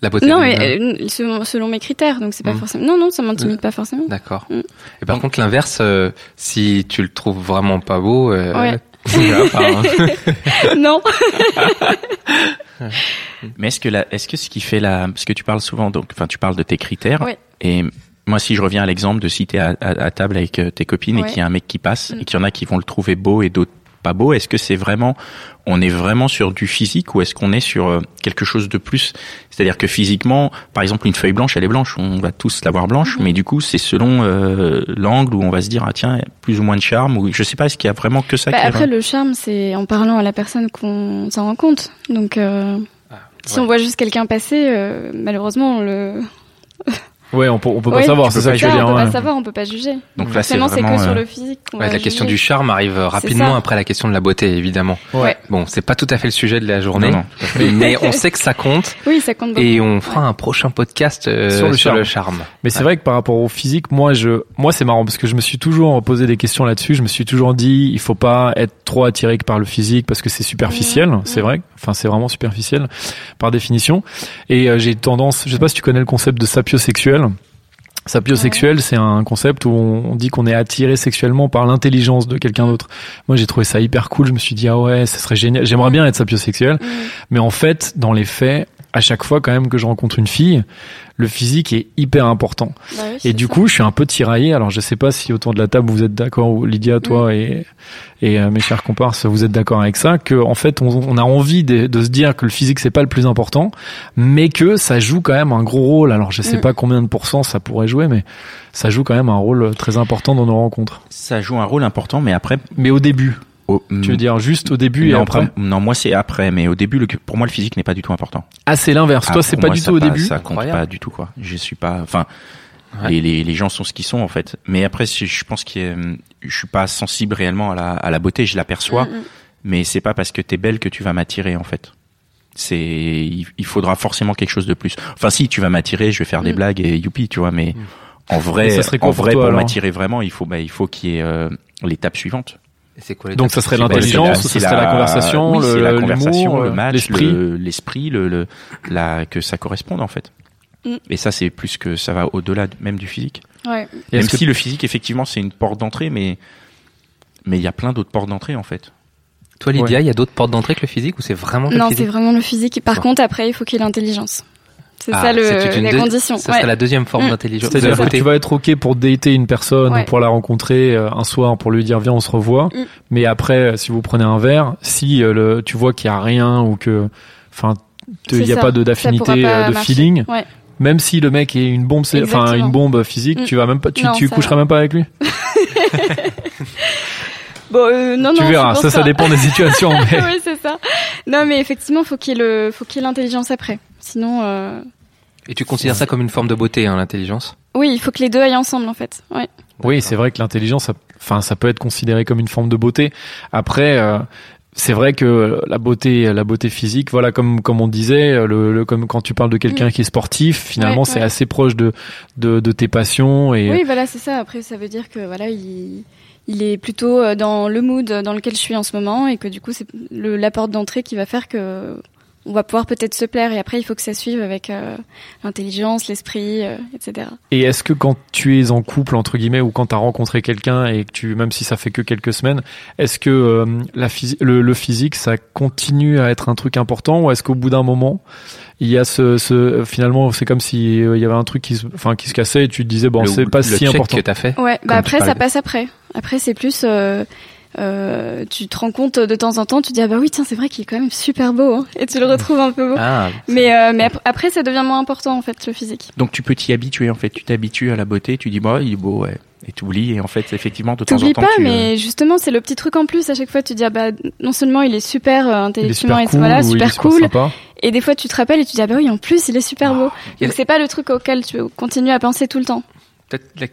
Speaker 3: La beauté.
Speaker 2: Mm. Non,
Speaker 3: de-
Speaker 2: mais euh, selon, selon mes critères, donc c'est pas
Speaker 3: Mm.
Speaker 4: Hmm.
Speaker 2: forcément. Non, non, ça
Speaker 4: Euh.
Speaker 2: m'intimide pas forcément.
Speaker 3: D'accord.
Speaker 2: Mm.
Speaker 3: Et par contre l'inverse, euh, si tu le trouves vraiment pas beau, euh,
Speaker 2: Ouais.
Speaker 3: voilà, enfin,
Speaker 2: non.
Speaker 1: Mais est-ce que la, est-ce que ce qui fait la, parce que tu parles souvent, donc, enfin, tu parles de tes critères.
Speaker 2: Ouais.
Speaker 1: Et moi, si je reviens à l'exemple de si t'es à, à, à table avec euh, tes copines et
Speaker 2: Ouais.
Speaker 1: qu'il y a un mec qui passe
Speaker 2: Mm.
Speaker 1: et qu'il y en a qui vont le trouver beau et d'autres pas beau, est-ce que c'est vraiment, on est vraiment sur du physique ou est-ce qu'on est sur euh, quelque chose de plus C'est-à-dire que physiquement, par exemple, une feuille blanche, elle est blanche, on va tous la voir blanche,
Speaker 2: Mm-hmm.
Speaker 1: mais du coup, c'est selon euh, l'angle où on va se dire, ah tiens, plus ou moins de charme ou je sais pas, est-ce qu'il y a vraiment que ça
Speaker 2: Bah,
Speaker 1: qui est
Speaker 4: hein.
Speaker 2: après,
Speaker 1: vraiment-
Speaker 2: le charme, c'est en parlant à la personne qu'on s'en rend compte. Donc, euh, si
Speaker 3: ouais.
Speaker 2: on voit juste quelqu'un passer, euh, malheureusement, on le.
Speaker 4: Ouais, on peut, on peut
Speaker 2: Ouais.
Speaker 4: pas savoir,
Speaker 1: Tu
Speaker 4: c'est
Speaker 1: peux
Speaker 4: ça
Speaker 1: pas
Speaker 4: que je
Speaker 2: Ça,
Speaker 4: veux
Speaker 2: on peut
Speaker 4: dire.
Speaker 2: pas
Speaker 4: ouais.
Speaker 2: savoir, on peut pas juger.
Speaker 1: Donc là, c'est
Speaker 2: Forcément, c'est
Speaker 1: vraiment.
Speaker 2: que sur
Speaker 1: euh,
Speaker 2: le physique. qu'on
Speaker 3: Ouais,
Speaker 2: va
Speaker 3: la question
Speaker 2: juger.
Speaker 3: du charme arrive euh, rapidement
Speaker 2: ça.
Speaker 3: après la question de la beauté, évidemment.
Speaker 2: Ouais.
Speaker 3: Bon, c'est pas tout à fait le sujet de la journée,
Speaker 1: Non, non.
Speaker 3: mais on sait que ça compte
Speaker 2: Oui, ça compte beaucoup.
Speaker 4: euh,
Speaker 3: et on fera un prochain podcast euh,
Speaker 4: Sur
Speaker 3: sur,
Speaker 4: le
Speaker 3: le,
Speaker 4: charme.
Speaker 3: charme.
Speaker 4: Mais c'est
Speaker 3: Ouais.
Speaker 4: vrai que par rapport au physique, moi je, moi c'est marrant parce que je me suis toujours posé des questions là-dessus. Je me suis toujours dit, il faut pas être trop attiré que par le physique parce que c'est superficiel.
Speaker 2: Mmh.
Speaker 4: C'est vrai. Enfin, c'est vraiment superficiel par définition. Et euh, j'ai tendance, je sais pas si tu connais le concept de sapiosexuel. Sapiosexuel, c'est un concept où on on dit qu'on est attiré sexuellement par l'intelligence de quelqu'un d'autre. Moi, j'ai trouvé ça hyper cool. Je me suis dit ah ouais, ça serait génial. J'aimerais bien être sapiosexuel.
Speaker 2: Mm.
Speaker 4: Mais en fait, dans les faits, à chaque fois quand même que je rencontre une fille, le physique est hyper important.
Speaker 2: Bah oui,
Speaker 4: Et
Speaker 2: c'est
Speaker 4: du
Speaker 2: ça.
Speaker 4: coup, je suis un peu tiraillé. Alors, je sais pas si autour de la table vous êtes d'accord, ou Lydia, toi
Speaker 2: Mm.
Speaker 4: et, et euh, mes chers comparses, vous êtes d'accord avec ça, que en fait, on, on a envie de, de se dire que le physique c'est pas le plus important, mais que ça joue quand même un gros rôle. Alors, je sais
Speaker 2: Mm.
Speaker 4: pas combien de pourcents ça pourrait jouer, mais ça joue quand même un rôle très important dans nos rencontres.
Speaker 1: Ça joue un rôle important, mais après,
Speaker 4: Mais au début,
Speaker 1: au- hmm,
Speaker 4: tu veux dire juste au début
Speaker 1: non,
Speaker 4: et après
Speaker 1: pour- non, moi c'est après, mais au début, le, pour moi, le physique n'est pas du tout important.
Speaker 4: Ah, c'est l'inverse.
Speaker 1: Ah,
Speaker 4: toi, c'est
Speaker 1: pour
Speaker 4: pas
Speaker 1: moi,
Speaker 4: du
Speaker 1: ça
Speaker 4: tout au
Speaker 1: pas-
Speaker 4: début.
Speaker 1: Ça compte
Speaker 3: Incroyable.
Speaker 1: pas du tout, quoi. Je suis pas. Enfin,
Speaker 3: Ouais.
Speaker 1: les, les, les gens sont ce qu'ils sont en fait. Mais après, si- je pense que euh, je suis pas sensible réellement à la, à la beauté. Je l'aperçois,
Speaker 2: Mm, mm.
Speaker 1: mais c'est pas parce que t'es belle que tu vas m'attirer en fait. C'est, il, il faudra forcément quelque chose de plus. Enfin, si tu vas m'attirer, je vais faire des
Speaker 2: Mm.
Speaker 1: blagues et youpi, tu vois. Mais en vrai,
Speaker 4: Et ça serait quoi
Speaker 1: en
Speaker 4: pour
Speaker 1: vrai,
Speaker 4: toi,
Speaker 1: pour
Speaker 4: alors
Speaker 1: m'attirer vraiment, il faut, bah, il faut qu'il y ait euh, l'étape suivante.
Speaker 3: Et C'est quoi les
Speaker 4: Donc,
Speaker 3: dates
Speaker 4: ça serait
Speaker 3: C'est pas-
Speaker 4: l'intelligence,
Speaker 1: c'est
Speaker 4: ça serait la conversation,
Speaker 1: oui, c'est
Speaker 4: le-
Speaker 1: la
Speaker 4: l'humour,
Speaker 1: conversation,
Speaker 4: euh,
Speaker 1: le match,
Speaker 4: l'esprit.
Speaker 1: le- l'esprit, le, le- la, que ça corresponde en fait.
Speaker 2: Mm.
Speaker 1: Et ça, c'est plus que ça va au-delà de- même du physique.
Speaker 2: Ouais.
Speaker 4: Et
Speaker 1: Même
Speaker 4: est-ce que-
Speaker 1: si le physique, effectivement, c'est une porte d'entrée, mais mais il y a plein d'autres portes d'entrée en fait.
Speaker 3: Toi, Lydia, il y a d'autres portes d'entrée que le physique ou c'est vraiment que le
Speaker 2: Non, c'est
Speaker 3: physique
Speaker 2: vraiment le physique. Par
Speaker 3: Bon.
Speaker 2: contre, après, il faut qu'il y ait l'intelligence. C'est
Speaker 3: Ah,
Speaker 2: ça le,
Speaker 3: c'est toute une
Speaker 2: la
Speaker 3: deux-
Speaker 2: condition.
Speaker 3: Ça
Speaker 2: Ouais.
Speaker 3: serait la deuxième forme
Speaker 2: Mm.
Speaker 3: d'intelligence.
Speaker 4: C'est-à-dire
Speaker 3: de
Speaker 4: que
Speaker 3: beauté.
Speaker 4: tu vas être ok pour dater une personne
Speaker 2: Ouais.
Speaker 4: ou pour la rencontrer euh, un soir pour lui dire viens on se revoit,
Speaker 2: Mm.
Speaker 4: mais après euh, si vous prenez un verre, si euh, le, tu vois qu'il y a rien ou que enfin te- il
Speaker 2: C'est
Speaker 4: n'y a
Speaker 2: ça.
Speaker 4: pas de
Speaker 2: Ça pourra
Speaker 4: d'affinité
Speaker 2: pas
Speaker 4: euh, de
Speaker 2: marcher.
Speaker 4: feeling,
Speaker 2: Ouais.
Speaker 4: même si le mec est une bombe c'est- enfin
Speaker 2: Exactement.
Speaker 4: une bombe physique,
Speaker 2: Mm.
Speaker 4: tu vas même pas tu,
Speaker 2: Non,
Speaker 4: tu
Speaker 2: ça
Speaker 4: coucheras
Speaker 2: va.
Speaker 4: même pas avec lui.
Speaker 2: Bon, euh, non,
Speaker 4: tu
Speaker 2: non,
Speaker 4: verras,
Speaker 2: c'est pour
Speaker 4: ça ça dépend des situations mais
Speaker 2: oui, c'est ça. Non, mais effectivement, faut qu'il y ait le, faut qu'il y ait l'intelligence après. Sinon, euh,
Speaker 3: Et tu considères ça comme une forme de beauté, hein, l'intelligence
Speaker 2: oui, il faut que les deux aillent ensemble, en fait. Ouais.
Speaker 4: Oui, c'est vrai que l'intelligence, ça- enfin, ça peut être considéré comme une forme de beauté. Après, euh, c'est vrai que la beauté, la beauté physique, voilà, comme comme on disait, le, le- comme quand tu parles de quelqu'un
Speaker 2: Mm.
Speaker 4: qui est sportif, finalement,
Speaker 2: Ouais,
Speaker 4: c'est
Speaker 2: ouais.
Speaker 4: assez proche de, de de tes passions
Speaker 3: euh,
Speaker 4: et
Speaker 2: Oui, voilà, c'est ça. Après, ça veut dire que voilà, il, il est plutôt euh, dans le mood dans lequel je suis en ce moment et que du coup, c'est le, la porte d'entrée qui va faire que on va pouvoir peut-être se plaire. Et après, il faut que ça suive avec euh, l'intelligence, l'esprit, euh, etc.
Speaker 4: Et est-ce que quand tu es en couple entre guillemets ou quand tu as rencontré quelqu'un et que tu même si ça fait que quelques semaines, est-ce que euh, la phys- le, le physique ça continue à être un truc important ou est-ce qu'au bout d'un moment il y a ce, ce finalement c'est comme si euh, il y avait un truc qui se, enfin qui se cassait et tu te disais bon
Speaker 3: Le-
Speaker 4: c'est pas
Speaker 3: le
Speaker 4: si
Speaker 3: check
Speaker 4: important.
Speaker 3: que t'as fait.
Speaker 2: Ouais,
Speaker 3: tu
Speaker 2: bah après,
Speaker 3: parlais.
Speaker 2: ça passe après. Après, c'est plus. euh, euh, tu te rends compte de temps en temps, tu dis ah bah oui tiens c'est vrai qu'il est quand même super beau hein. et tu le retrouves un peu beau.
Speaker 3: Ah,
Speaker 2: Mais euh, mais ap- après ça devient moins important en fait le physique.
Speaker 1: Donc tu peux t'y habituer en fait, tu t'habitues à la beauté, tu dis bah il est beau ouais. Et tu oublies et en fait effectivement de temps en
Speaker 2: T'oublies
Speaker 1: temps
Speaker 2: pas,
Speaker 1: tu euh,
Speaker 2: mais justement, c'est le petit truc en plus. À chaque fois, tu dis, ah bah, non seulement il est super euh,
Speaker 4: Il est
Speaker 2: intellectuellement,
Speaker 4: super
Speaker 2: et-
Speaker 4: cool,
Speaker 2: voilà,
Speaker 4: ou il est
Speaker 2: super cool.
Speaker 4: sympa. Ah.
Speaker 2: Et des fois, tu te rappelles et tu dis, ah bah oui, en plus, il est
Speaker 3: Ah.
Speaker 2: super beau.
Speaker 3: il y a-
Speaker 2: Donc, c'est pas le truc auquel tu continues à penser tout le temps.
Speaker 3: peut-être la...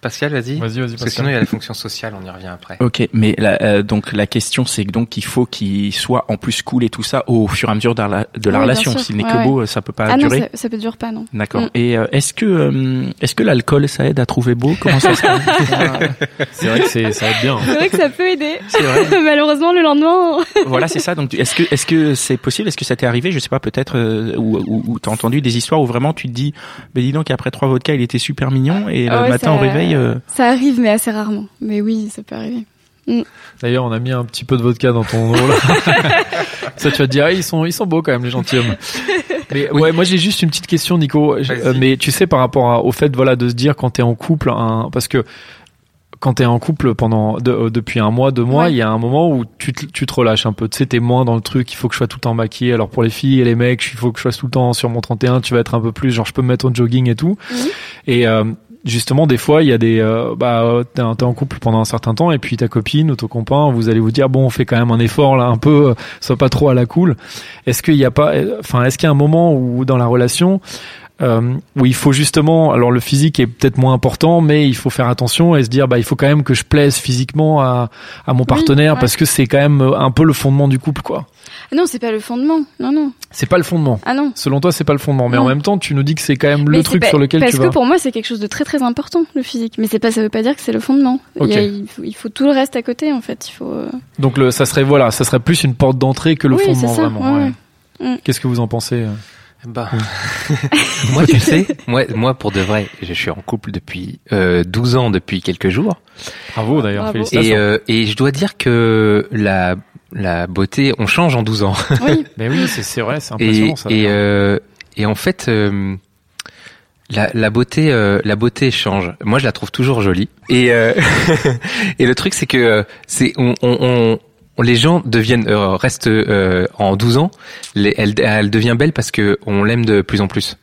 Speaker 3: Pascal, vas-y.
Speaker 4: Vas-y vas-y.
Speaker 3: Parce que sinon, il y a la fonction sociale, on y revient après.
Speaker 1: Ok, mais la, euh, donc la question c'est que donc il faut qu'il soit en plus cool et tout ça au fur et à mesure de la, de la
Speaker 2: Oui, bien
Speaker 1: relation.
Speaker 2: sûr.
Speaker 1: S'il n'est
Speaker 2: Ouais,
Speaker 1: que
Speaker 2: ouais.
Speaker 1: beau, euh, ça peut pas
Speaker 2: ah non,
Speaker 1: durer.
Speaker 2: ça, ça peut dure pas, non.
Speaker 1: D'accord.
Speaker 2: Mm.
Speaker 1: Et euh, est-ce que euh, est-ce que l'alcool ça aide à trouver beau Comment ça se passe
Speaker 4: C'est vrai que c'est ça va être bien.
Speaker 2: C'est vrai que ça peut aider.
Speaker 1: C'est vrai.
Speaker 2: Malheureusement, le lendemain.
Speaker 1: Voilà, c'est ça. Donc est-ce que est-ce que c'est possible Est-ce que ça t'est arrivé Je sais pas, peut-être euh, ou ou, ou t'as entendu des histoires où vraiment tu te dis, mais dis donc après trois vodka, il était super mignon et
Speaker 2: Ah
Speaker 1: le
Speaker 2: ouais,
Speaker 1: matin au
Speaker 2: ça-
Speaker 1: réveil. euh,
Speaker 2: Ça arrive, mais assez rarement. Mais oui, ça peut arriver.
Speaker 4: D'ailleurs on a mis un petit peu de vodka dans ton eau. Là. ça tu vas te dire ah, ils sont ils sont beaux quand même les gentilshommes. Mais ouais, moi j'ai juste une petite question, Nico. Je-
Speaker 3: Vas-y.
Speaker 4: euh, mais tu sais par rapport à- au fait, voilà, de se dire quand t'es en couple, un- parce que quand t'es en couple pendant de- euh, depuis un mois, deux mois,
Speaker 2: Ouais.
Speaker 4: il y a un moment où tu te, tu te relâches un peu. Tu sais, t'es moins dans le truc. Il faut que je sois tout le temps maquillé. Alors pour les filles et les mecs, il faut que je sois tout le temps sur mon 31. Tu vas être un peu plus genre je peux me mettre en jogging et tout.
Speaker 2: Mhm.
Speaker 4: Et euh, justement, des fois, il y a des euh, bah euh, t'es un- t'es en couple pendant un certain temps et puis ta copine ou ton copain, vous allez vous dire bon, on fait quand même un effort là, un peu, euh, sois pas trop à la cool. Est-ce qu'il y a pas, euh, enfin, est-ce qu'il y a un moment où dans la relation euh, où il faut justement, alors le physique est peut-être moins important, mais il faut faire attention et se dire, bah, il faut quand même que je plaise physiquement à, à mon partenaire
Speaker 2: ouais.
Speaker 4: parce que c'est quand même euh, un peu le fondement du couple, quoi.
Speaker 2: Ah Non, c'est pas le fondement. Non, non.
Speaker 4: C'est pas le fondement.
Speaker 2: Ah non.
Speaker 4: Selon toi, c'est pas le fondement, mais
Speaker 2: Non.
Speaker 4: en même temps, tu nous dis que c'est quand même
Speaker 2: Mais
Speaker 4: le
Speaker 2: c'est
Speaker 4: truc
Speaker 2: pas-
Speaker 4: sur lequel
Speaker 2: parce
Speaker 4: tu
Speaker 2: que
Speaker 4: vas.
Speaker 2: pour moi, c'est quelque chose de très très important, le physique. Mais c'est pas, ça veut pas dire que c'est le fondement. Il, y a-
Speaker 4: Ok.
Speaker 2: il faut, il faut tout le reste à côté, en fait. Il faut. euh,
Speaker 4: Donc le, ça serait voilà, ça serait plus une porte d'entrée que le
Speaker 2: Oui, c'est
Speaker 4: fondement
Speaker 2: ça,
Speaker 4: vraiment.
Speaker 2: ouais, ouais. Mm.
Speaker 4: Qu'est-ce que vous en pensez euh
Speaker 3: Bah. moi, tu sais, moi, moi, pour de vrai, je suis en couple depuis euh, 12 ans, depuis quelques jours.
Speaker 4: Bravo d'ailleurs,
Speaker 2: Bravo.
Speaker 4: félicitations.
Speaker 3: Et, euh, et je dois dire que la, la beauté, on change en 12 ans.
Speaker 2: Oui.
Speaker 4: Mais oui, c'est c'est vrai, c'est
Speaker 3: euh, Et,
Speaker 4: impressionnant ça.
Speaker 3: et, euh, et en fait, euh, la, la beauté, euh, la beauté change. Moi, je la trouve toujours jolie. Et euh, et le truc, c'est que euh, c'est on, on- on- on- les gens deviennent euh, restent euh, en 12 ans, les- elle, elle devient belle parce que on l'aime de plus en plus.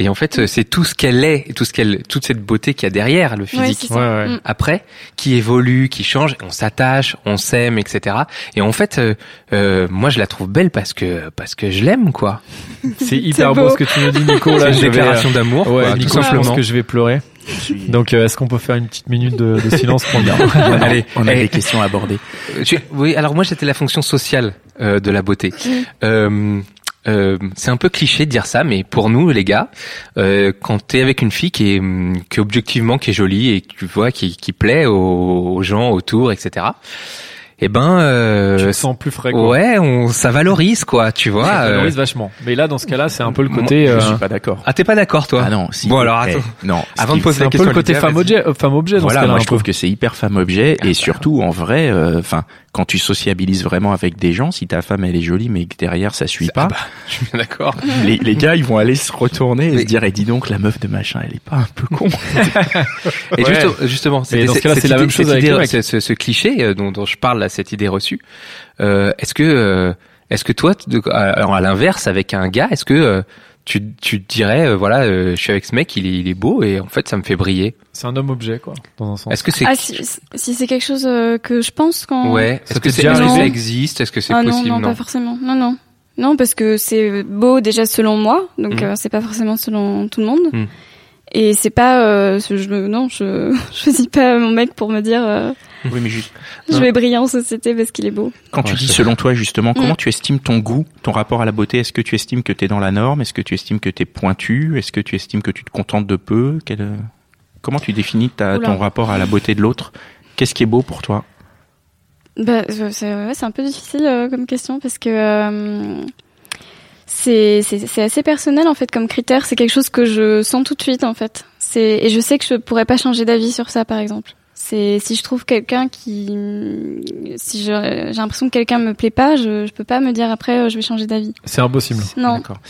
Speaker 3: Et en fait, euh, c'est tout ce qu'elle est, et tout ce qu'elle, toute cette beauté qu'il y a derrière le
Speaker 2: Ouais,
Speaker 3: physique
Speaker 2: c'est ça.
Speaker 4: Ouais, ouais.
Speaker 2: Mm.
Speaker 3: après, qui évolue, qui change, on s'attache, on s'aime, etc. Et en fait, euh, euh, moi je la trouve belle parce que parce que je l'aime quoi.
Speaker 4: C'est hyper
Speaker 2: beau.
Speaker 4: beau ce que tu nous dis, Nico. Là,
Speaker 3: C'est
Speaker 4: je
Speaker 3: une
Speaker 4: vais,
Speaker 3: déclaration d'amour,
Speaker 4: euh, Ouais,
Speaker 3: quoi, tout
Speaker 4: Nico, je pense
Speaker 3: simplement.
Speaker 4: que je vais pleurer. Donc, euh, est-ce qu'on peut faire une petite minute de, de silence pour dire
Speaker 1: Allez, on a
Speaker 3: eh.
Speaker 1: des questions à aborder.
Speaker 3: Tu- oui, alors moi c'était la fonction sociale euh, de la beauté. Euh, euh, c'est un peu cliché de dire ça, mais pour nous les gars, euh, quand t'es avec une fille qui est hum, qui est objectivement qui est jolie et que tu vois qui qui plaît aux, aux gens autour, etc. Eh ben,
Speaker 4: Je
Speaker 3: euh,
Speaker 4: me sens plus frais. Quoi.
Speaker 3: ouais, on, ça valorise quoi, tu vois.
Speaker 4: Ça
Speaker 3: euh,
Speaker 4: valorise vachement. Mais là, dans ce cas-là, c'est un peu le côté.
Speaker 1: Moi,
Speaker 4: euh,
Speaker 1: je suis pas d'accord.
Speaker 3: Ah, t'es pas d'accord, toi
Speaker 1: Ah non, si.
Speaker 3: Bon, alors,
Speaker 1: Eh,
Speaker 3: attends.
Speaker 1: non, ce
Speaker 3: Avant de
Speaker 1: qui-
Speaker 3: poser
Speaker 4: c'est
Speaker 3: la
Speaker 4: un peu
Speaker 3: question.
Speaker 4: le côté
Speaker 3: Olivia,
Speaker 4: femme
Speaker 3: vas-y.
Speaker 4: objet, euh, femme objet dans ce
Speaker 1: Voilà,
Speaker 4: cas-là.
Speaker 1: moi
Speaker 4: un
Speaker 1: je
Speaker 4: peu.
Speaker 1: trouve que c'est hyper femme objet et surtout en vrai, euh, enfin quand tu sociabilises vraiment avec des gens, si ta femme elle est jolie mais que derrière ça suit pas,
Speaker 3: Je suis bien d'accord.
Speaker 1: les, les gars ils vont aller se retourner et
Speaker 3: Mais-
Speaker 1: se dire et dis donc la meuf de machin elle est pas un peu con.
Speaker 3: Et
Speaker 4: Ouais.
Speaker 3: juste- justement,
Speaker 4: Mais dans ce cas-là,
Speaker 3: cette
Speaker 4: c'est la
Speaker 3: idée-
Speaker 4: même chose
Speaker 3: cette
Speaker 4: avec
Speaker 3: idée-
Speaker 4: le mec.
Speaker 3: ce, ce- ce cliché euh, dont, dont je parle, là, cette idée reçue. euh, est-ce que, euh, est-ce que toi, tu- de- alors à l'inverse, avec un gars, est-ce que euh, tu, tu te dirais, euh, voilà, euh, je suis avec ce mec, il est, il est beau et en fait, ça me fait briller.
Speaker 4: C'est un homme objet, quoi, dans un sens.
Speaker 3: Est-ce que c'est,
Speaker 2: Ah, si, si c'est quelque chose euh, que je pense quand.
Speaker 3: ouais,
Speaker 4: Ça
Speaker 3: est-ce
Speaker 4: t'est
Speaker 3: que, c'est,
Speaker 4: déjà
Speaker 3: est-ce que ça
Speaker 2: arrivé
Speaker 3: existe, est-ce que c'est
Speaker 2: Ah non,
Speaker 3: possible
Speaker 2: non, pas forcément. Non, non. Non, parce que c'est beau déjà selon moi, donc
Speaker 3: Mm.
Speaker 2: euh, c'est pas forcément selon tout le monde.
Speaker 3: Mm.
Speaker 2: Et c'est pas, euh, ce- je, non, je je choisis pas mon mec pour me dire euh,
Speaker 1: Oui, mais juste
Speaker 2: je
Speaker 1: Non.
Speaker 2: vais briller en société parce qu'il est beau.
Speaker 1: quand tu
Speaker 3: Ouais,
Speaker 1: dis
Speaker 3: c'est
Speaker 1: selon toi justement, comment
Speaker 2: Mm.
Speaker 1: tu estimes ton goût, ton rapport à la beauté Est-ce que tu estimes que t'es dans la norme Est-ce que tu estimes que t'es pointu Est-ce que tu estimes que tu te contentes de peu Quel, euh, Comment tu définis ta-
Speaker 2: Oula.
Speaker 1: ton rapport à la beauté de l'autre Qu'est-ce qui est beau pour toi
Speaker 2: Bah, euh, c'est ouais, c'est un peu difficile euh, comme question parce que euh, c'est c'est- c'est assez personnel en fait comme critère. C'est quelque chose que je sens tout de suite en fait. C'est- Et je sais que je pourrais pas changer d'avis sur ça par exemple. C'est si je trouve quelqu'un qui, si je- j'ai l'impression que quelqu'un me plaît pas, je, je peux pas me dire après euh, je vais changer d'avis.
Speaker 4: C'est impossible.
Speaker 2: Non.
Speaker 1: D'accord.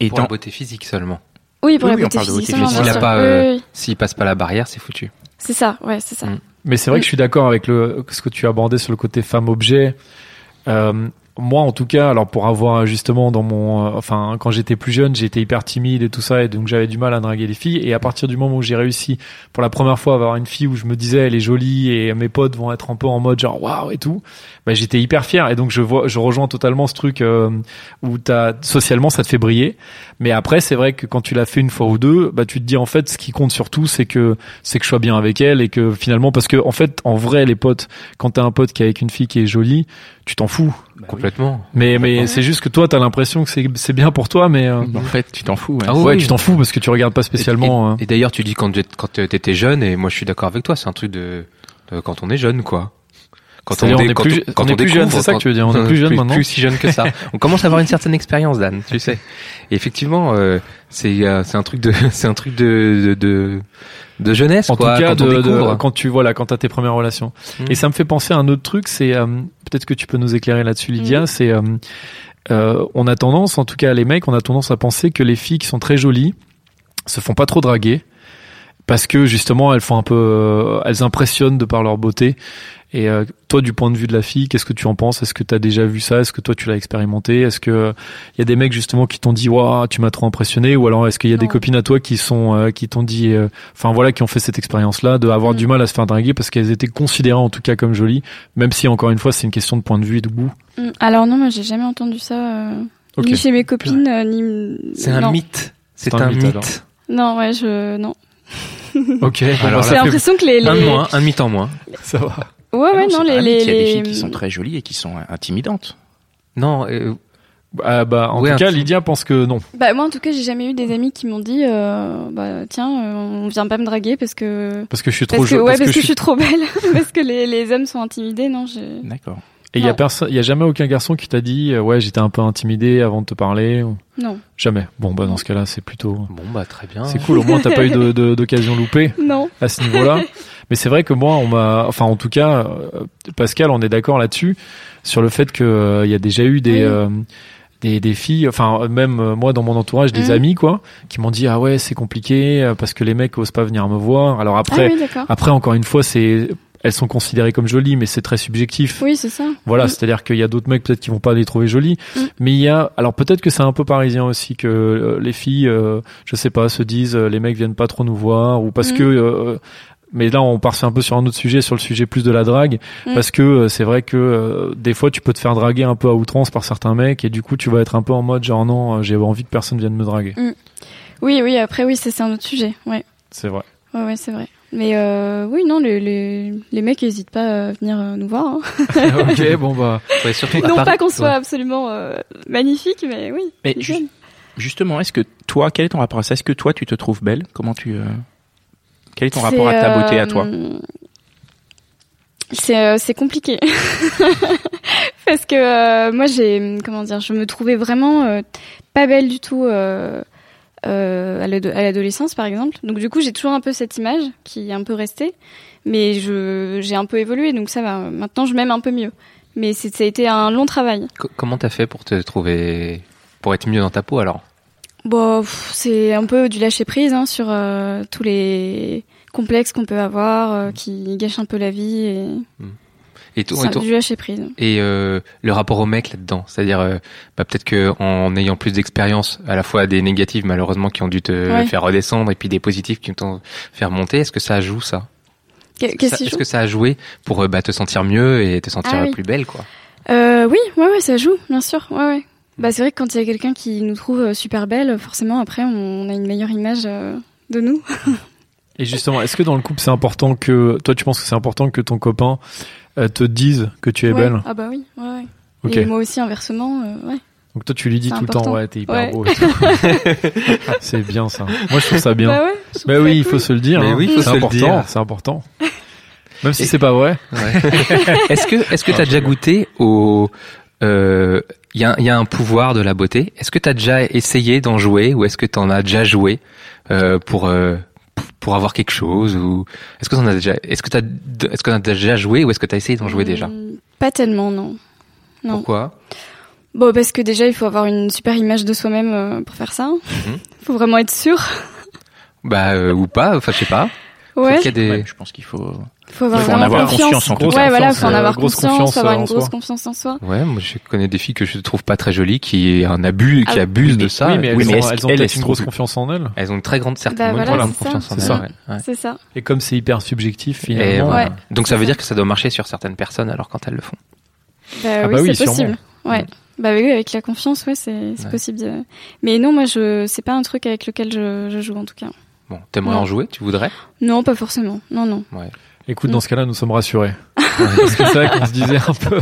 Speaker 1: Et
Speaker 3: Pour la
Speaker 1: dans,
Speaker 3: beauté physique seulement.
Speaker 2: Oui, pour
Speaker 1: Oui, oui,
Speaker 2: la
Speaker 1: on
Speaker 2: beauté
Speaker 1: parle de
Speaker 2: physique,
Speaker 1: beauté
Speaker 2: seulement,
Speaker 1: physique.
Speaker 2: bien
Speaker 3: Il a
Speaker 2: sûr.
Speaker 3: pas, euh,
Speaker 2: Oui, oui, oui.
Speaker 3: S'il passe pas la barrière, c'est foutu.
Speaker 4: Bah
Speaker 2: C'est ça, ouais, c'est ça.
Speaker 3: Mm.
Speaker 4: Mais c'est vrai
Speaker 2: Mm.
Speaker 4: que je suis d'accord avec le ce que tu as abordé sur le côté femme objet. Euh, moi, en tout cas, alors pour avoir justement dans mon, euh, enfin, quand j'étais plus jeune, j'étais hyper timide et tout ça, et donc j'avais du mal à draguer les filles. Et à partir du moment où j'ai réussi pour la première fois à avoir une fille où je me disais elle est jolie et mes potes vont être un peu en mode genre waouh et tout, bah, j'étais hyper fier. Et donc je vois, je rejoins totalement ce truc euh, où t'as socialement ça te fait briller. Mais après, c'est vrai que quand tu l'as fait une fois ou deux, bah tu te dis en fait ce qui compte surtout c'est que c'est que je sois bien avec elle et que finalement parce que en fait en vrai les potes quand t'as un pote qui est avec une fille qui est jolie tu t'en fous
Speaker 3: Complètement.
Speaker 4: mais mais c'est juste que toi t'as l'impression que c'est c'est bien pour toi mais euh,
Speaker 1: en fait, tu t'en fous. ouais.
Speaker 3: Ah oui,
Speaker 4: ouais tu t'en fous parce que tu regardes pas spécialement hein.
Speaker 3: Et, et d'ailleurs, tu dis quand tu quand t'étais jeune, et moi je suis d'accord avec toi, c'est un truc de, de- quand on est jeune, quoi. Quand
Speaker 4: C'est-à-dire, on est
Speaker 3: quand
Speaker 4: plus- on est plus jeune,
Speaker 3: découvre,
Speaker 4: c'est ça que
Speaker 3: quand-
Speaker 4: tu veux dire, on est plus jeune maintenant
Speaker 3: Plus si jeune que ça. on commence à avoir une certaine expérience, Dan, tu sais. Et effectivement, euh, c'est euh, c'est un truc de c'est un truc de de, de, de jeunesse,
Speaker 4: en tout
Speaker 3: quoi.
Speaker 4: cas
Speaker 3: quand
Speaker 4: de,
Speaker 3: on
Speaker 4: de-
Speaker 3: découvre.
Speaker 4: quand tu voilà quand t'as tes premières relations
Speaker 3: Mm.
Speaker 4: et ça me fait penser à un autre truc c'est euh, peut-être que tu peux nous éclairer là-dessus Lydia
Speaker 2: Mm.
Speaker 4: c'est euh, euh, on a tendance en tout cas les mecs on a tendance à penser que les filles qui sont très jolies se font pas trop draguer parce que justement elles font un peu euh, elles impressionnent de par leur beauté et euh, toi du point de vue de la fille qu'est-ce que tu en penses est-ce que tu as déjà vu ça est-ce que toi tu l'as expérimenté est-ce que euh, il y a des mecs justement qui t'ont dit waouh tu m'as trop impressionné ou alors est-ce qu'il y a des
Speaker 2: Non.
Speaker 4: copines à toi qui sont euh, qui t'ont dit euh, enfin voilà qui ont fait cette expérience là de avoir
Speaker 2: Mm.
Speaker 4: du mal à se faire draguer parce qu'elles étaient considérées en tout cas comme jolies même si encore une fois c'est une question de point de vue et de goût
Speaker 2: Mm. Alors non, moi j'ai jamais entendu ça, euh,
Speaker 4: Ok.
Speaker 2: ni chez mes copines, euh, ni.
Speaker 3: C'est un
Speaker 2: non.
Speaker 3: mythe. C'est
Speaker 4: C'est un
Speaker 3: un
Speaker 4: mythe, alors.
Speaker 3: mythe.
Speaker 2: Non, ouais, je non.
Speaker 4: ok bon,
Speaker 3: Alors
Speaker 4: bah,
Speaker 3: là,
Speaker 2: J'ai
Speaker 4: ça, fait-
Speaker 2: l'impression que les, les...
Speaker 3: Un de hein. moins, un mythe en moins.
Speaker 4: ça va
Speaker 2: Ouais, ouais, non,
Speaker 1: Ah c'est
Speaker 2: les,
Speaker 1: un mythe,
Speaker 2: les,
Speaker 1: Il y a des filles
Speaker 2: les-
Speaker 1: qui sont très jolies et qui sont euh, intimidantes.
Speaker 3: Non, euh,
Speaker 4: Ah, bah en
Speaker 3: Ouais,
Speaker 4: tout
Speaker 3: un
Speaker 4: cas
Speaker 3: petit-
Speaker 4: Lydia pense que non
Speaker 2: Bah moi en tout cas j'ai jamais eu des amis qui m'ont dit euh, bah tiens euh, on vient pas me draguer parce que
Speaker 4: parce que je suis trop
Speaker 2: parce que
Speaker 4: jolie
Speaker 2: ouais parce, que, je suis trop belle parce que les, les hommes sont intimidés non j'ai
Speaker 1: D'accord.
Speaker 4: et il y a
Speaker 2: Non.
Speaker 4: personne il y a jamais aucun garçon qui t'a dit euh, ouais j'étais un peu intimidé avant de te parler ou-
Speaker 2: non
Speaker 4: jamais bon bah dans ce cas-là c'est plutôt
Speaker 3: bon bah très bien.
Speaker 4: c'est cool au moins t'as pas eu de- de- d'occasion loupée
Speaker 2: non
Speaker 4: à ce niveau-là. Mais c'est vrai que moi, on m'a, enfin en tout cas, euh, Pascal, on est d'accord là-dessus sur le fait que euh, il y a déjà eu des
Speaker 2: Oui.
Speaker 4: euh, des, des filles, enfin euh, même euh, moi dans mon entourage, des
Speaker 2: Mhm.
Speaker 4: amis quoi, qui m'ont dit ah ouais c'est compliqué euh, parce que les mecs osent pas venir me voir. Alors
Speaker 2: ah
Speaker 4: après,
Speaker 2: oui d'accord
Speaker 4: après encore une fois c'est elles sont considérées comme jolies, mais c'est très subjectif.
Speaker 2: oui c'est ça
Speaker 4: Voilà,
Speaker 2: Mm.
Speaker 4: c'est-à-dire qu'il y a d'autres mecs peut-être qui vont pas les trouver jolies,
Speaker 2: Mm.
Speaker 4: mais il y a alors peut-être que c'est un peu parisien aussi que euh, les filles, euh, je sais pas, se disent euh, les mecs viennent pas trop nous voir ou parce
Speaker 2: Mm.
Speaker 4: que euh, mais là on part un peu sur un autre sujet, sur le sujet plus de la drague,
Speaker 2: Mm.
Speaker 4: parce que euh, c'est vrai que euh, des fois tu peux te faire draguer un peu à outrance par certains mecs et du coup tu vas être un peu en mode genre non euh, j'ai envie que personne vienne me
Speaker 2: Mm.
Speaker 4: draguer,
Speaker 2: oui oui après oui ça c'est un autre sujet ouais
Speaker 4: c'est vrai.
Speaker 2: ouais ouais c'est vrai mais euh, oui non les, les, les mecs hésitent pas à venir euh, nous voir hein.
Speaker 4: ok bon bah
Speaker 3: Ouais, surtout à
Speaker 2: non
Speaker 3: Paris.
Speaker 2: pas qu'on soit
Speaker 3: Ouais.
Speaker 2: absolument euh, magnifique mais oui
Speaker 1: Mais
Speaker 2: ils
Speaker 1: ju-
Speaker 2: viennent.
Speaker 1: justement, est-ce que toi, quel est ton rapport à ça Est-ce que toi, tu te trouves belle Comment tu euh, Quel est ton rapport à
Speaker 2: C'est,
Speaker 1: ta beauté à
Speaker 2: euh,
Speaker 1: toi
Speaker 2: C'est euh, c'est compliqué. Parce que euh, moi j'ai comment dire, je me trouvais vraiment euh, pas belle du tout euh, euh, à l'ado- à l'adolescence par exemple. Donc du coup, j'ai toujours un peu cette image qui est un peu restée, mais je j'ai un peu évolué donc ça va. Maintenant, je m'aime un peu mieux. Mais c'est- ça a été un long travail.
Speaker 3: Co- Comment t'as fait pour te trouver, pour être mieux dans ta peau alors
Speaker 2: Bon, pff, c'est un peu du lâcher prise hein, sur euh, tous les complexes qu'on peut avoir euh, qui gâchent un peu la vie et
Speaker 3: Et tout,
Speaker 2: c'est
Speaker 3: et, tout-
Speaker 2: du lâcher prise.
Speaker 3: et, euh, le rapport au mec là-dedans, c'est-à-dire euh, bah, peut-être que en ayant plus d'expérience, à la fois des négatives malheureusement qui ont dû te
Speaker 2: Ouais.
Speaker 3: faire redescendre et puis des positifs qui t'ont fait remonter, est-ce que ça joue ça
Speaker 2: Qu'est- Qu'est-ce
Speaker 3: Ça-
Speaker 2: qui
Speaker 3: Est-ce
Speaker 2: joue
Speaker 3: que ça a joué pour euh, bah, te sentir mieux et te sentir
Speaker 2: Ah oui.
Speaker 3: plus belle quoi
Speaker 2: euh, Oui, ouais, ouais, ça joue, bien sûr. Ouais, ouais. Bah, c'est vrai que quand il y a quelqu'un qui nous trouve euh, super belle, forcément, après, on on a une meilleure image euh, de nous.
Speaker 4: Et justement, est-ce que dans le couple, c'est important que toi, tu penses que c'est important que ton copain euh, te dise que tu es
Speaker 2: Ouais.
Speaker 4: belle
Speaker 2: Ah bah oui, ouais, ouais.
Speaker 4: Ok.
Speaker 2: Et moi aussi, inversement, euh, ouais.
Speaker 4: Donc toi, tu lui dis
Speaker 2: C'est
Speaker 4: tout le temps,
Speaker 2: important.
Speaker 4: ouais, t'es hyper
Speaker 2: Ouais.
Speaker 4: beau. et tout. c'est bien ça. Moi, je trouve ça bien.
Speaker 2: Bah ouais. je trouve
Speaker 4: Bah
Speaker 2: ça
Speaker 4: oui, il
Speaker 2: cool.
Speaker 4: faut se le dire.
Speaker 3: Mais
Speaker 4: hein.
Speaker 3: oui, il faut
Speaker 4: c'est
Speaker 3: se le
Speaker 4: important.
Speaker 3: dire.
Speaker 4: C'est important. Même si
Speaker 3: Et-
Speaker 4: c'est pas vrai.
Speaker 3: Est-ce que est-ce que
Speaker 4: Ah,
Speaker 3: t'as
Speaker 4: je
Speaker 3: déjà
Speaker 4: rigole.
Speaker 3: goûté au euh, il y a, un- il y a un pouvoir de la beauté. Est-ce que t'as déjà essayé d'en jouer ou est-ce que t'en as déjà joué euh, pour euh, pour avoir quelque chose ou est-ce que t'en as déjà est-ce que t'as est-ce que t'as déjà joué ou est-ce que t'as essayé d'en jouer déjà
Speaker 2: Hmm, Pas tellement, non. Non.
Speaker 3: Pourquoi
Speaker 2: Bon, parce que déjà, il faut avoir une super image de soi-même euh, pour faire ça.
Speaker 3: Mhm.
Speaker 2: Faut vraiment être sûr.
Speaker 3: Bah euh, ou pas Enfin je sais pas.
Speaker 2: Ouais.
Speaker 3: Peut-être qu'il y a des-
Speaker 1: je pense qu'il faut.
Speaker 2: Faut avoir,
Speaker 1: Il faut en
Speaker 2: vraiment
Speaker 1: avoir conscience, en tout
Speaker 4: Grosse
Speaker 1: cas.
Speaker 2: Ouais, voilà,
Speaker 4: confiance,
Speaker 2: faut en
Speaker 4: euh,
Speaker 2: avoir
Speaker 4: grosse
Speaker 2: conscience, faut avoir
Speaker 4: euh, en
Speaker 2: une
Speaker 4: soi.
Speaker 2: grosse confiance en soi.
Speaker 3: Ouais, moi je connais des filles que je trouve pas très jolies qui est un abus qui
Speaker 2: Ah.
Speaker 3: abusent
Speaker 1: Oui, mais-
Speaker 3: de ça.
Speaker 4: Oui, mais elles
Speaker 1: Oui, mais
Speaker 4: ont,
Speaker 1: est-ce
Speaker 4: elles ont
Speaker 1: qu'elles, elles
Speaker 4: peut-être
Speaker 1: se
Speaker 4: une grosse
Speaker 1: trouvent-
Speaker 4: confiance en elles.
Speaker 3: Elles ont une très grande certainement
Speaker 2: Bah
Speaker 3: une
Speaker 2: voilà,
Speaker 3: très grande
Speaker 2: c'est ça.
Speaker 3: confiance en
Speaker 4: C'est
Speaker 3: elles. Ouais, ouais.
Speaker 2: C'est ça.
Speaker 4: Et comme c'est hyper subjectif,
Speaker 3: Et
Speaker 4: finalement.
Speaker 3: voilà.
Speaker 2: Ouais,
Speaker 3: Donc
Speaker 2: c'est
Speaker 3: ça veut
Speaker 2: ça.
Speaker 3: dire que ça doit marcher sur certaines personnes alors quand elles le font.
Speaker 2: Bah,
Speaker 4: Ah
Speaker 2: oui,
Speaker 4: bah oui,
Speaker 2: c'est possible.
Speaker 3: Mm.
Speaker 2: Ouais. Bah oui, avec la confiance, ouais, c'est c'est
Speaker 3: Ouais.
Speaker 2: possible. de- Mais non, moi, je, c'est pas un truc avec lequel je, je joue en tout cas.
Speaker 3: Bon, t'aimerais
Speaker 2: Ouais.
Speaker 3: en jouer Tu voudrais
Speaker 2: Non, pas forcément. Non, non.
Speaker 4: Écoute,
Speaker 2: Mm.
Speaker 4: dans ce cas-là, nous sommes rassurés. Parce que c'est vrai qu'on se disait un peu.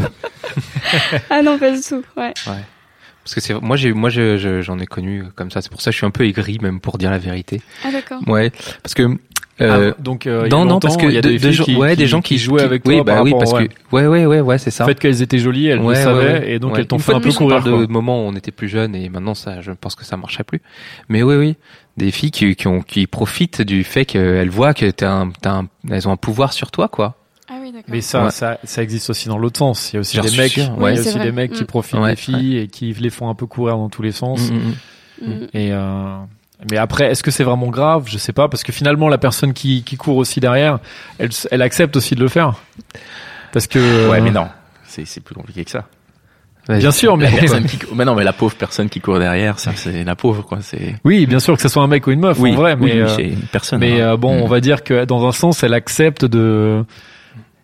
Speaker 2: Ah non, pas du tout. Ouais.
Speaker 3: Parce que c'est moi j'ai moi je- je- j'en ai connu euh, comme ça. C'est pour ça que je suis un peu aigri même pour dire la vérité.
Speaker 2: Ah d'accord.
Speaker 3: Ouais, parce que euh,
Speaker 4: Ah, donc, euh, il y a
Speaker 3: non non
Speaker 4: longtemps,
Speaker 3: parce que
Speaker 4: il y a
Speaker 3: de-
Speaker 4: des,
Speaker 3: de
Speaker 4: filles
Speaker 3: gens-
Speaker 4: qui,
Speaker 3: ouais, des gens qui,
Speaker 4: jouaient
Speaker 3: qui-
Speaker 4: avec
Speaker 3: oui,
Speaker 4: toi.
Speaker 3: bah
Speaker 4: par
Speaker 3: oui
Speaker 4: rapport-
Speaker 3: parce
Speaker 4: ouais.
Speaker 3: que ouais ouais ouais ouais c'est ça.
Speaker 4: Le fait qu'elles étaient jolies, elles
Speaker 3: Ouais,
Speaker 4: le
Speaker 3: ouais,
Speaker 4: savaient,
Speaker 3: ouais.
Speaker 4: et donc
Speaker 3: Ouais.
Speaker 4: elles t'ont
Speaker 3: Une
Speaker 4: fait
Speaker 3: fois
Speaker 4: un
Speaker 3: de
Speaker 4: peu
Speaker 3: plus, on
Speaker 4: courir.
Speaker 3: parle
Speaker 4: quoi.
Speaker 3: de moments où on était plus jeune et maintenant ça, je pense que ça marcherait plus. Mais oui, oui, des filles qui, qui, ont, qui profitent du fait qu'elles voient que t'as un, t'as un, elles ont un pouvoir sur toi, quoi.
Speaker 2: Ah oui, d'accord.
Speaker 4: Mais ça,
Speaker 3: Ouais.
Speaker 4: ça, ça existe aussi dans l'autre sens. Il y a aussi
Speaker 3: J'en
Speaker 4: des
Speaker 3: suis
Speaker 4: mecs,
Speaker 3: sûr,
Speaker 4: il
Speaker 2: ouais. Oui,
Speaker 4: y a
Speaker 2: c'est
Speaker 4: aussi
Speaker 2: vrai.
Speaker 4: des mecs qui
Speaker 2: Mm.
Speaker 4: profitent
Speaker 3: Ouais,
Speaker 4: des filles et qui les font un peu courir dans tous les sens.
Speaker 3: Mm, mm, mm.
Speaker 2: Mm.
Speaker 4: Et euh, mais après, est-ce que c'est vraiment grave Je sais pas, parce que finalement, la personne qui, qui court aussi derrière, elle, s- elle accepte aussi de le faire. Parce que euh,
Speaker 1: Ouais, mais non. C'est c'est plus compliqué que ça.
Speaker 3: Vas-y.
Speaker 4: Bien sûr, mais
Speaker 1: La personne qui cou- mais non, mais la pauvre personne qui court derrière, ça, c'est la pauvre, quoi. C'est.
Speaker 4: oui, bien sûr que ce soit un mec ou une meuf, en vrai,
Speaker 1: oui,
Speaker 4: mais
Speaker 1: oui,
Speaker 4: euh,
Speaker 1: c'est une personne.
Speaker 4: mais
Speaker 1: hein.
Speaker 4: euh, bon,
Speaker 3: Mm.
Speaker 4: on va dire que dans un sens, elle accepte de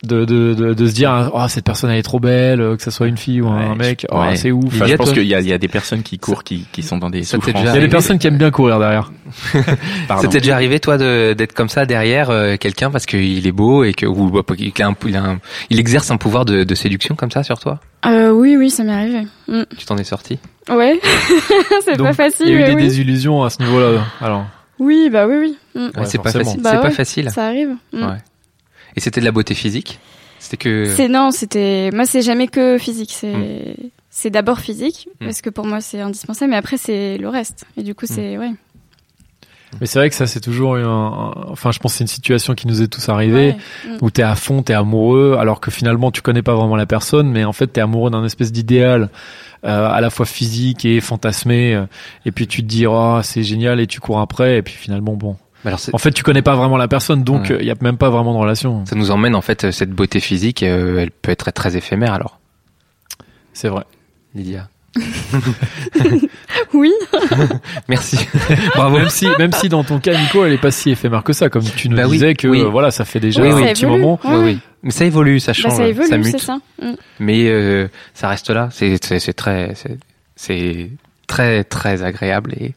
Speaker 4: de, de, de, de se dire oh cette personne elle est trop belle euh, que ce soit une fille ou
Speaker 1: Mm.
Speaker 4: un
Speaker 1: Ouais,
Speaker 4: mec oh,
Speaker 1: ouais.
Speaker 4: c'est ouf
Speaker 1: Enfin,
Speaker 3: Il y
Speaker 1: je
Speaker 3: a,
Speaker 1: pense
Speaker 3: toi-
Speaker 1: qu'il y, a- il y a des personnes qui courent, qui, qui sont dans des
Speaker 3: Ça t'est
Speaker 1: souffrances.
Speaker 3: déjà
Speaker 4: il y a des personnes qui aiment bien courir derrière
Speaker 1: Pardon.
Speaker 3: Ça t'est déjà arrivé toi de- d'être comme ça derrière euh, quelqu'un parce qu'il est beau et que ou bah, qu'il a un, il, a un- il exerce un pouvoir de, de séduction comme ça sur toi
Speaker 2: Euh, oui, oui, ça m'est arrivé. Mm.
Speaker 3: Tu t'en es sorti
Speaker 2: Ouais. c'est
Speaker 4: Donc,
Speaker 2: pas facile.
Speaker 4: il y a eu
Speaker 2: mais
Speaker 4: des
Speaker 2: oui.
Speaker 4: désillusions à ce niveau là alors
Speaker 2: Oui, bah oui, oui. Mm.
Speaker 4: Ouais,
Speaker 3: C'est pas
Speaker 4: forcément.
Speaker 3: facile.
Speaker 2: Bah
Speaker 3: c'est pas
Speaker 2: ouais.
Speaker 3: facile.
Speaker 2: Ça arrive. Mm.
Speaker 3: Ouais. Et c'était de la beauté physique. C'était
Speaker 4: Euh.
Speaker 3: que
Speaker 2: C'est non, c'était moi c'est jamais que physique, c'est
Speaker 4: Mm.
Speaker 2: c'est d'abord physique
Speaker 3: Mm.
Speaker 2: parce que pour moi c'est indispensable, mais après c'est le reste. Et du coup
Speaker 4: Mm.
Speaker 2: c'est ouais.
Speaker 4: Mais c'est vrai que ça, c'est toujours un, un- Enfin, je pense que c'est une situation qui nous est tous arrivée, où t'es à fond, t'es amoureux, alors que finalement, tu connais pas vraiment la personne, mais en fait, t'es amoureux d'un espèce d'idéal, euh, à la fois physique et fantasmé, euh, et puis tu te dis, oh, c'est génial, et tu cours après, et puis finalement, bon.
Speaker 3: Bah alors c'est-
Speaker 4: En fait, tu connais pas vraiment la personne, donc il
Speaker 3: Ouais.
Speaker 4: y a même pas vraiment de relation.
Speaker 3: ça nous emmène en fait euh, cette beauté physique. euh, elle peut être très éphémère alors.
Speaker 4: C'est vrai.
Speaker 3: Lydia.
Speaker 2: Oui.
Speaker 3: Merci. Bravo.
Speaker 4: Même si, même si dans ton cas, Nico, elle est pas si éphémère que ça, comme tu nous
Speaker 3: Bah oui,
Speaker 4: disais que,
Speaker 3: oui.
Speaker 4: euh, voilà, ça fait déjà
Speaker 3: Oui, oui.
Speaker 4: un
Speaker 2: Ça
Speaker 4: petit
Speaker 2: évolue.
Speaker 4: moment.
Speaker 2: Ouais,
Speaker 3: Oui,
Speaker 2: ouais.
Speaker 3: oui. Mais ça évolue, ça
Speaker 2: Bah,
Speaker 3: change,
Speaker 2: ça
Speaker 4: euh,
Speaker 2: évolue, c'est
Speaker 3: mute.
Speaker 2: ça. Mm.
Speaker 3: Mais euh, ça reste là. C'est c'est- c'est très c'est- c'est très très agréable et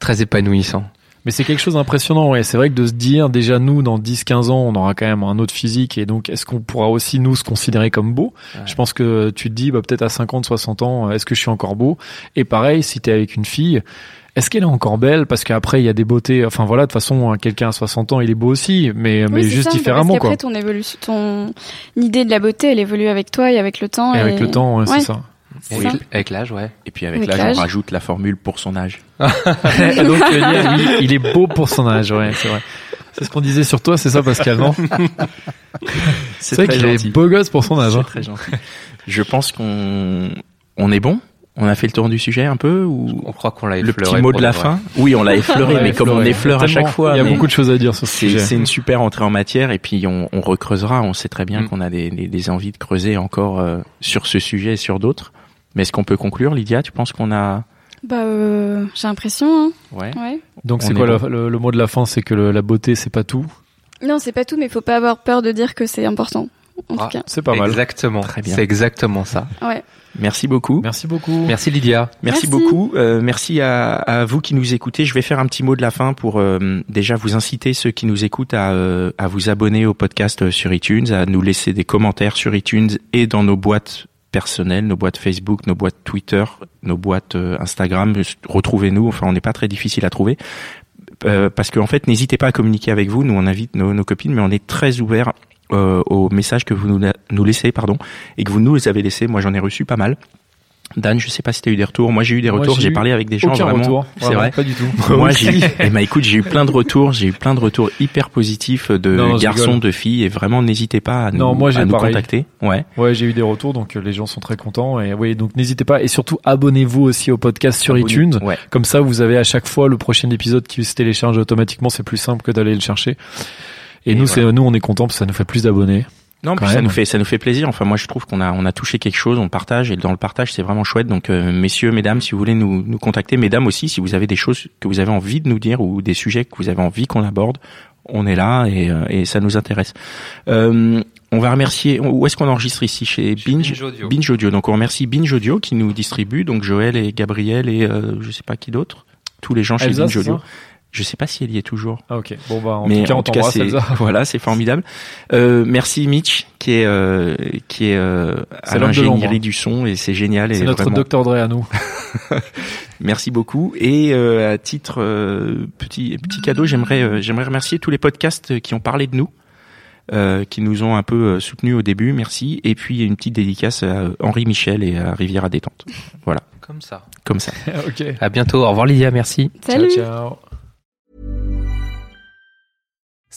Speaker 3: très épanouissant.
Speaker 4: Mais c'est quelque chose d'impressionnant, ouais. C'est vrai que de se dire, déjà nous, dans 10-15 ans, on aura quand même un autre physique, et donc est-ce qu'on pourra aussi nous se considérer comme beau
Speaker 3: Ouais.
Speaker 4: Je pense que tu te dis, bah, peut-être à 50-60 ans, euh, est-ce que je suis encore beau Et pareil, si t'es avec une fille, est-ce qu'elle est encore belle Parce qu'après, il y a des beautés. Enfin voilà, de toute façon, hein, quelqu'un à 60 ans, il est beau aussi, mais, mais
Speaker 2: Oui, c'est
Speaker 4: juste
Speaker 2: ça,
Speaker 4: différemment,
Speaker 2: parce
Speaker 4: quoi.
Speaker 2: qu'après, ton évolution, ton idée de la beauté, elle évolue avec toi et avec le temps.
Speaker 4: Et avec le temps, ouais,
Speaker 2: ouais.
Speaker 4: c'est ça.
Speaker 2: c'est
Speaker 3: Avec,
Speaker 2: ça.
Speaker 3: avec l'âge, ouais.
Speaker 1: Et puis avec
Speaker 2: Avec
Speaker 1: l'âge,
Speaker 2: l'âge.
Speaker 1: on rajoute la formule pour son âge.
Speaker 4: Et donc, euh, Nia, oui, il est beau pour son âge, ouais, c'est vrai. C'est ce qu'on disait sur toi, c'est ça, Pascal, non C'est vrai
Speaker 1: très
Speaker 4: qu'il est
Speaker 1: gentil.
Speaker 4: beau gosse pour
Speaker 3: bah,
Speaker 4: son âge.
Speaker 1: C'est
Speaker 4: hein.
Speaker 1: très gentil. Je pense qu'on on est bon. On a fait le tour du sujet un peu ou
Speaker 3: On croit qu'on l'a
Speaker 1: le
Speaker 3: effleuré
Speaker 1: petit mot
Speaker 3: pour
Speaker 1: de la
Speaker 3: vrai.
Speaker 1: fin Oui, on l'a effleuré,
Speaker 4: Ouais,
Speaker 1: mais comme on
Speaker 4: Florent,
Speaker 1: effleure à
Speaker 4: tellement,
Speaker 1: chaque fois,
Speaker 4: Il y a
Speaker 1: mais
Speaker 4: beaucoup de choses à dire sur ce
Speaker 1: c'est
Speaker 4: sujet.
Speaker 1: c'est une super entrée en matière et puis on, on recreusera. On sait très bien
Speaker 3: Mm.
Speaker 1: qu'on a des, des- des envies de creuser encore euh, sur ce sujet et sur d'autres. Mais est-ce qu'on peut conclure, Lydia Tu penses qu'on a
Speaker 2: Bah, euh, j'ai l'impression. hein.
Speaker 1: Ouais.
Speaker 2: Ouais.
Speaker 4: Donc
Speaker 1: On
Speaker 4: c'est
Speaker 1: est
Speaker 4: quoi
Speaker 1: bon.
Speaker 4: le, le- le mot de la fin C'est que le- la beauté, c'est pas tout.
Speaker 2: Non, c'est pas tout, mais faut pas avoir peur de dire que c'est important. en
Speaker 3: Ah.
Speaker 2: tout cas.
Speaker 4: C'est pas mal.
Speaker 3: Exactement.
Speaker 1: Très bien.
Speaker 3: C'est exactement ça.
Speaker 2: Ouais.
Speaker 1: Merci beaucoup.
Speaker 4: Merci beaucoup.
Speaker 3: Merci Lydia.
Speaker 1: Merci,
Speaker 2: Merci.
Speaker 1: beaucoup. Euh, merci à, à vous qui nous écoutez. Je vais faire un petit mot de la fin pour euh, déjà vous inciter ceux qui nous écoutent à, euh, à vous abonner au podcast euh, sur iTunes, à nous laisser des commentaires sur iTunes et dans nos boîtes personnelles, nos boîtes Facebook, nos boîtes Twitter, nos boîtes euh, Instagram. Retrouvez-nous. Enfin, on n'est pas très difficile à trouver. Euh, parce qu'en fait, n'hésitez pas à communiquer avec vous. Nous, on invite nos, nos copines, mais on est très ouvert euh, aux messages que vous nous, la- nous laissez, pardon, et que vous nous avez laissés. Moi, j'en ai reçu pas mal. Dan, je sais pas si t'as eu des retours. Moi, j'ai eu des
Speaker 4: Moi,
Speaker 1: retours.
Speaker 4: j'ai
Speaker 1: J'ai
Speaker 4: eu
Speaker 1: parlé avec des gens
Speaker 4: Aucun
Speaker 1: vraiment.
Speaker 4: retour.
Speaker 1: C'est
Speaker 4: Vraiment,
Speaker 1: vrai.
Speaker 4: Pas du tout.
Speaker 1: Moi, j'ai eu, eh ben, écoute, j'ai eu plein de retours, j'ai eu plein de retours hyper positifs de
Speaker 4: Non, je
Speaker 1: garçons,
Speaker 4: rigole.
Speaker 1: de filles, et vraiment, n'hésitez pas à nous,
Speaker 4: Non, moi, j'ai
Speaker 1: à nous
Speaker 4: pareil.
Speaker 1: contacter. Ouais.
Speaker 4: Ouais, j'ai eu des retours, donc euh, les gens sont très contents. Et oui, donc n'hésitez pas. Et surtout, abonnez-vous aussi au podcast sur iTunes.
Speaker 1: Ouais.
Speaker 4: Comme ça, vous avez à chaque fois le prochain épisode qui se télécharge automatiquement. C'est plus simple que d'aller le chercher. Et,
Speaker 1: Et
Speaker 4: nous,
Speaker 1: voilà.
Speaker 4: c'est nous, on est contents parce que ça nous fait plus d'abonnés.
Speaker 1: Non,
Speaker 4: Quand
Speaker 1: puis ça
Speaker 4: même.
Speaker 1: nous fait, ça nous fait plaisir. Enfin, moi, je trouve qu'on a, on a touché quelque chose, on partage, et dans le partage, c'est vraiment chouette. Donc, euh, messieurs, mesdames, si vous voulez nous, nous contacter, mesdames aussi, si vous avez des choses que vous avez envie de nous dire ou des sujets que vous avez envie qu'on aborde, on est là et, euh, et ça nous intéresse. Euh, on va remercier. Où est-ce qu'on enregistre ici chez Binge
Speaker 3: Audio.
Speaker 1: Binge Audio. Donc on remercie Binge Audio qui nous distribue. Donc Joël et Gabriel et euh, je sais pas qui d'autre. Tous les gens chez
Speaker 4: Elsa,
Speaker 1: Binge
Speaker 4: c'est
Speaker 1: Audio.
Speaker 4: ça
Speaker 1: Je sais pas si elle y est toujours.
Speaker 4: Ah, ok. Bon, bah, en
Speaker 1: Mais
Speaker 4: tout cas,
Speaker 1: en
Speaker 4: on
Speaker 1: tout cas,
Speaker 4: t'embrasse,
Speaker 1: c'est
Speaker 4: Elsa.
Speaker 1: voilà, c'est formidable. Euh, merci Mitch qui est euh, qui est euh,
Speaker 4: C'est
Speaker 1: à
Speaker 4: l'homme de l'ombre, hein.
Speaker 1: l'ingénierie du son et c'est génial et
Speaker 4: C'est notre
Speaker 1: vraiment,
Speaker 4: docteur Dre à nous.
Speaker 1: merci beaucoup. Et euh, à titre euh, petit petit cadeau, j'aimerais euh, j'aimerais remercier tous les podcasts qui ont parlé de nous. euh, qui nous ont un peu euh, soutenus au début, merci. Et puis une petite dédicace à Henri Michel et à Rivière à détente,
Speaker 3: Comme ça.
Speaker 1: comme ça.
Speaker 4: ok.
Speaker 3: À bientôt. Au revoir Lydia. Merci.
Speaker 2: Salut.
Speaker 4: Ciao, ciao.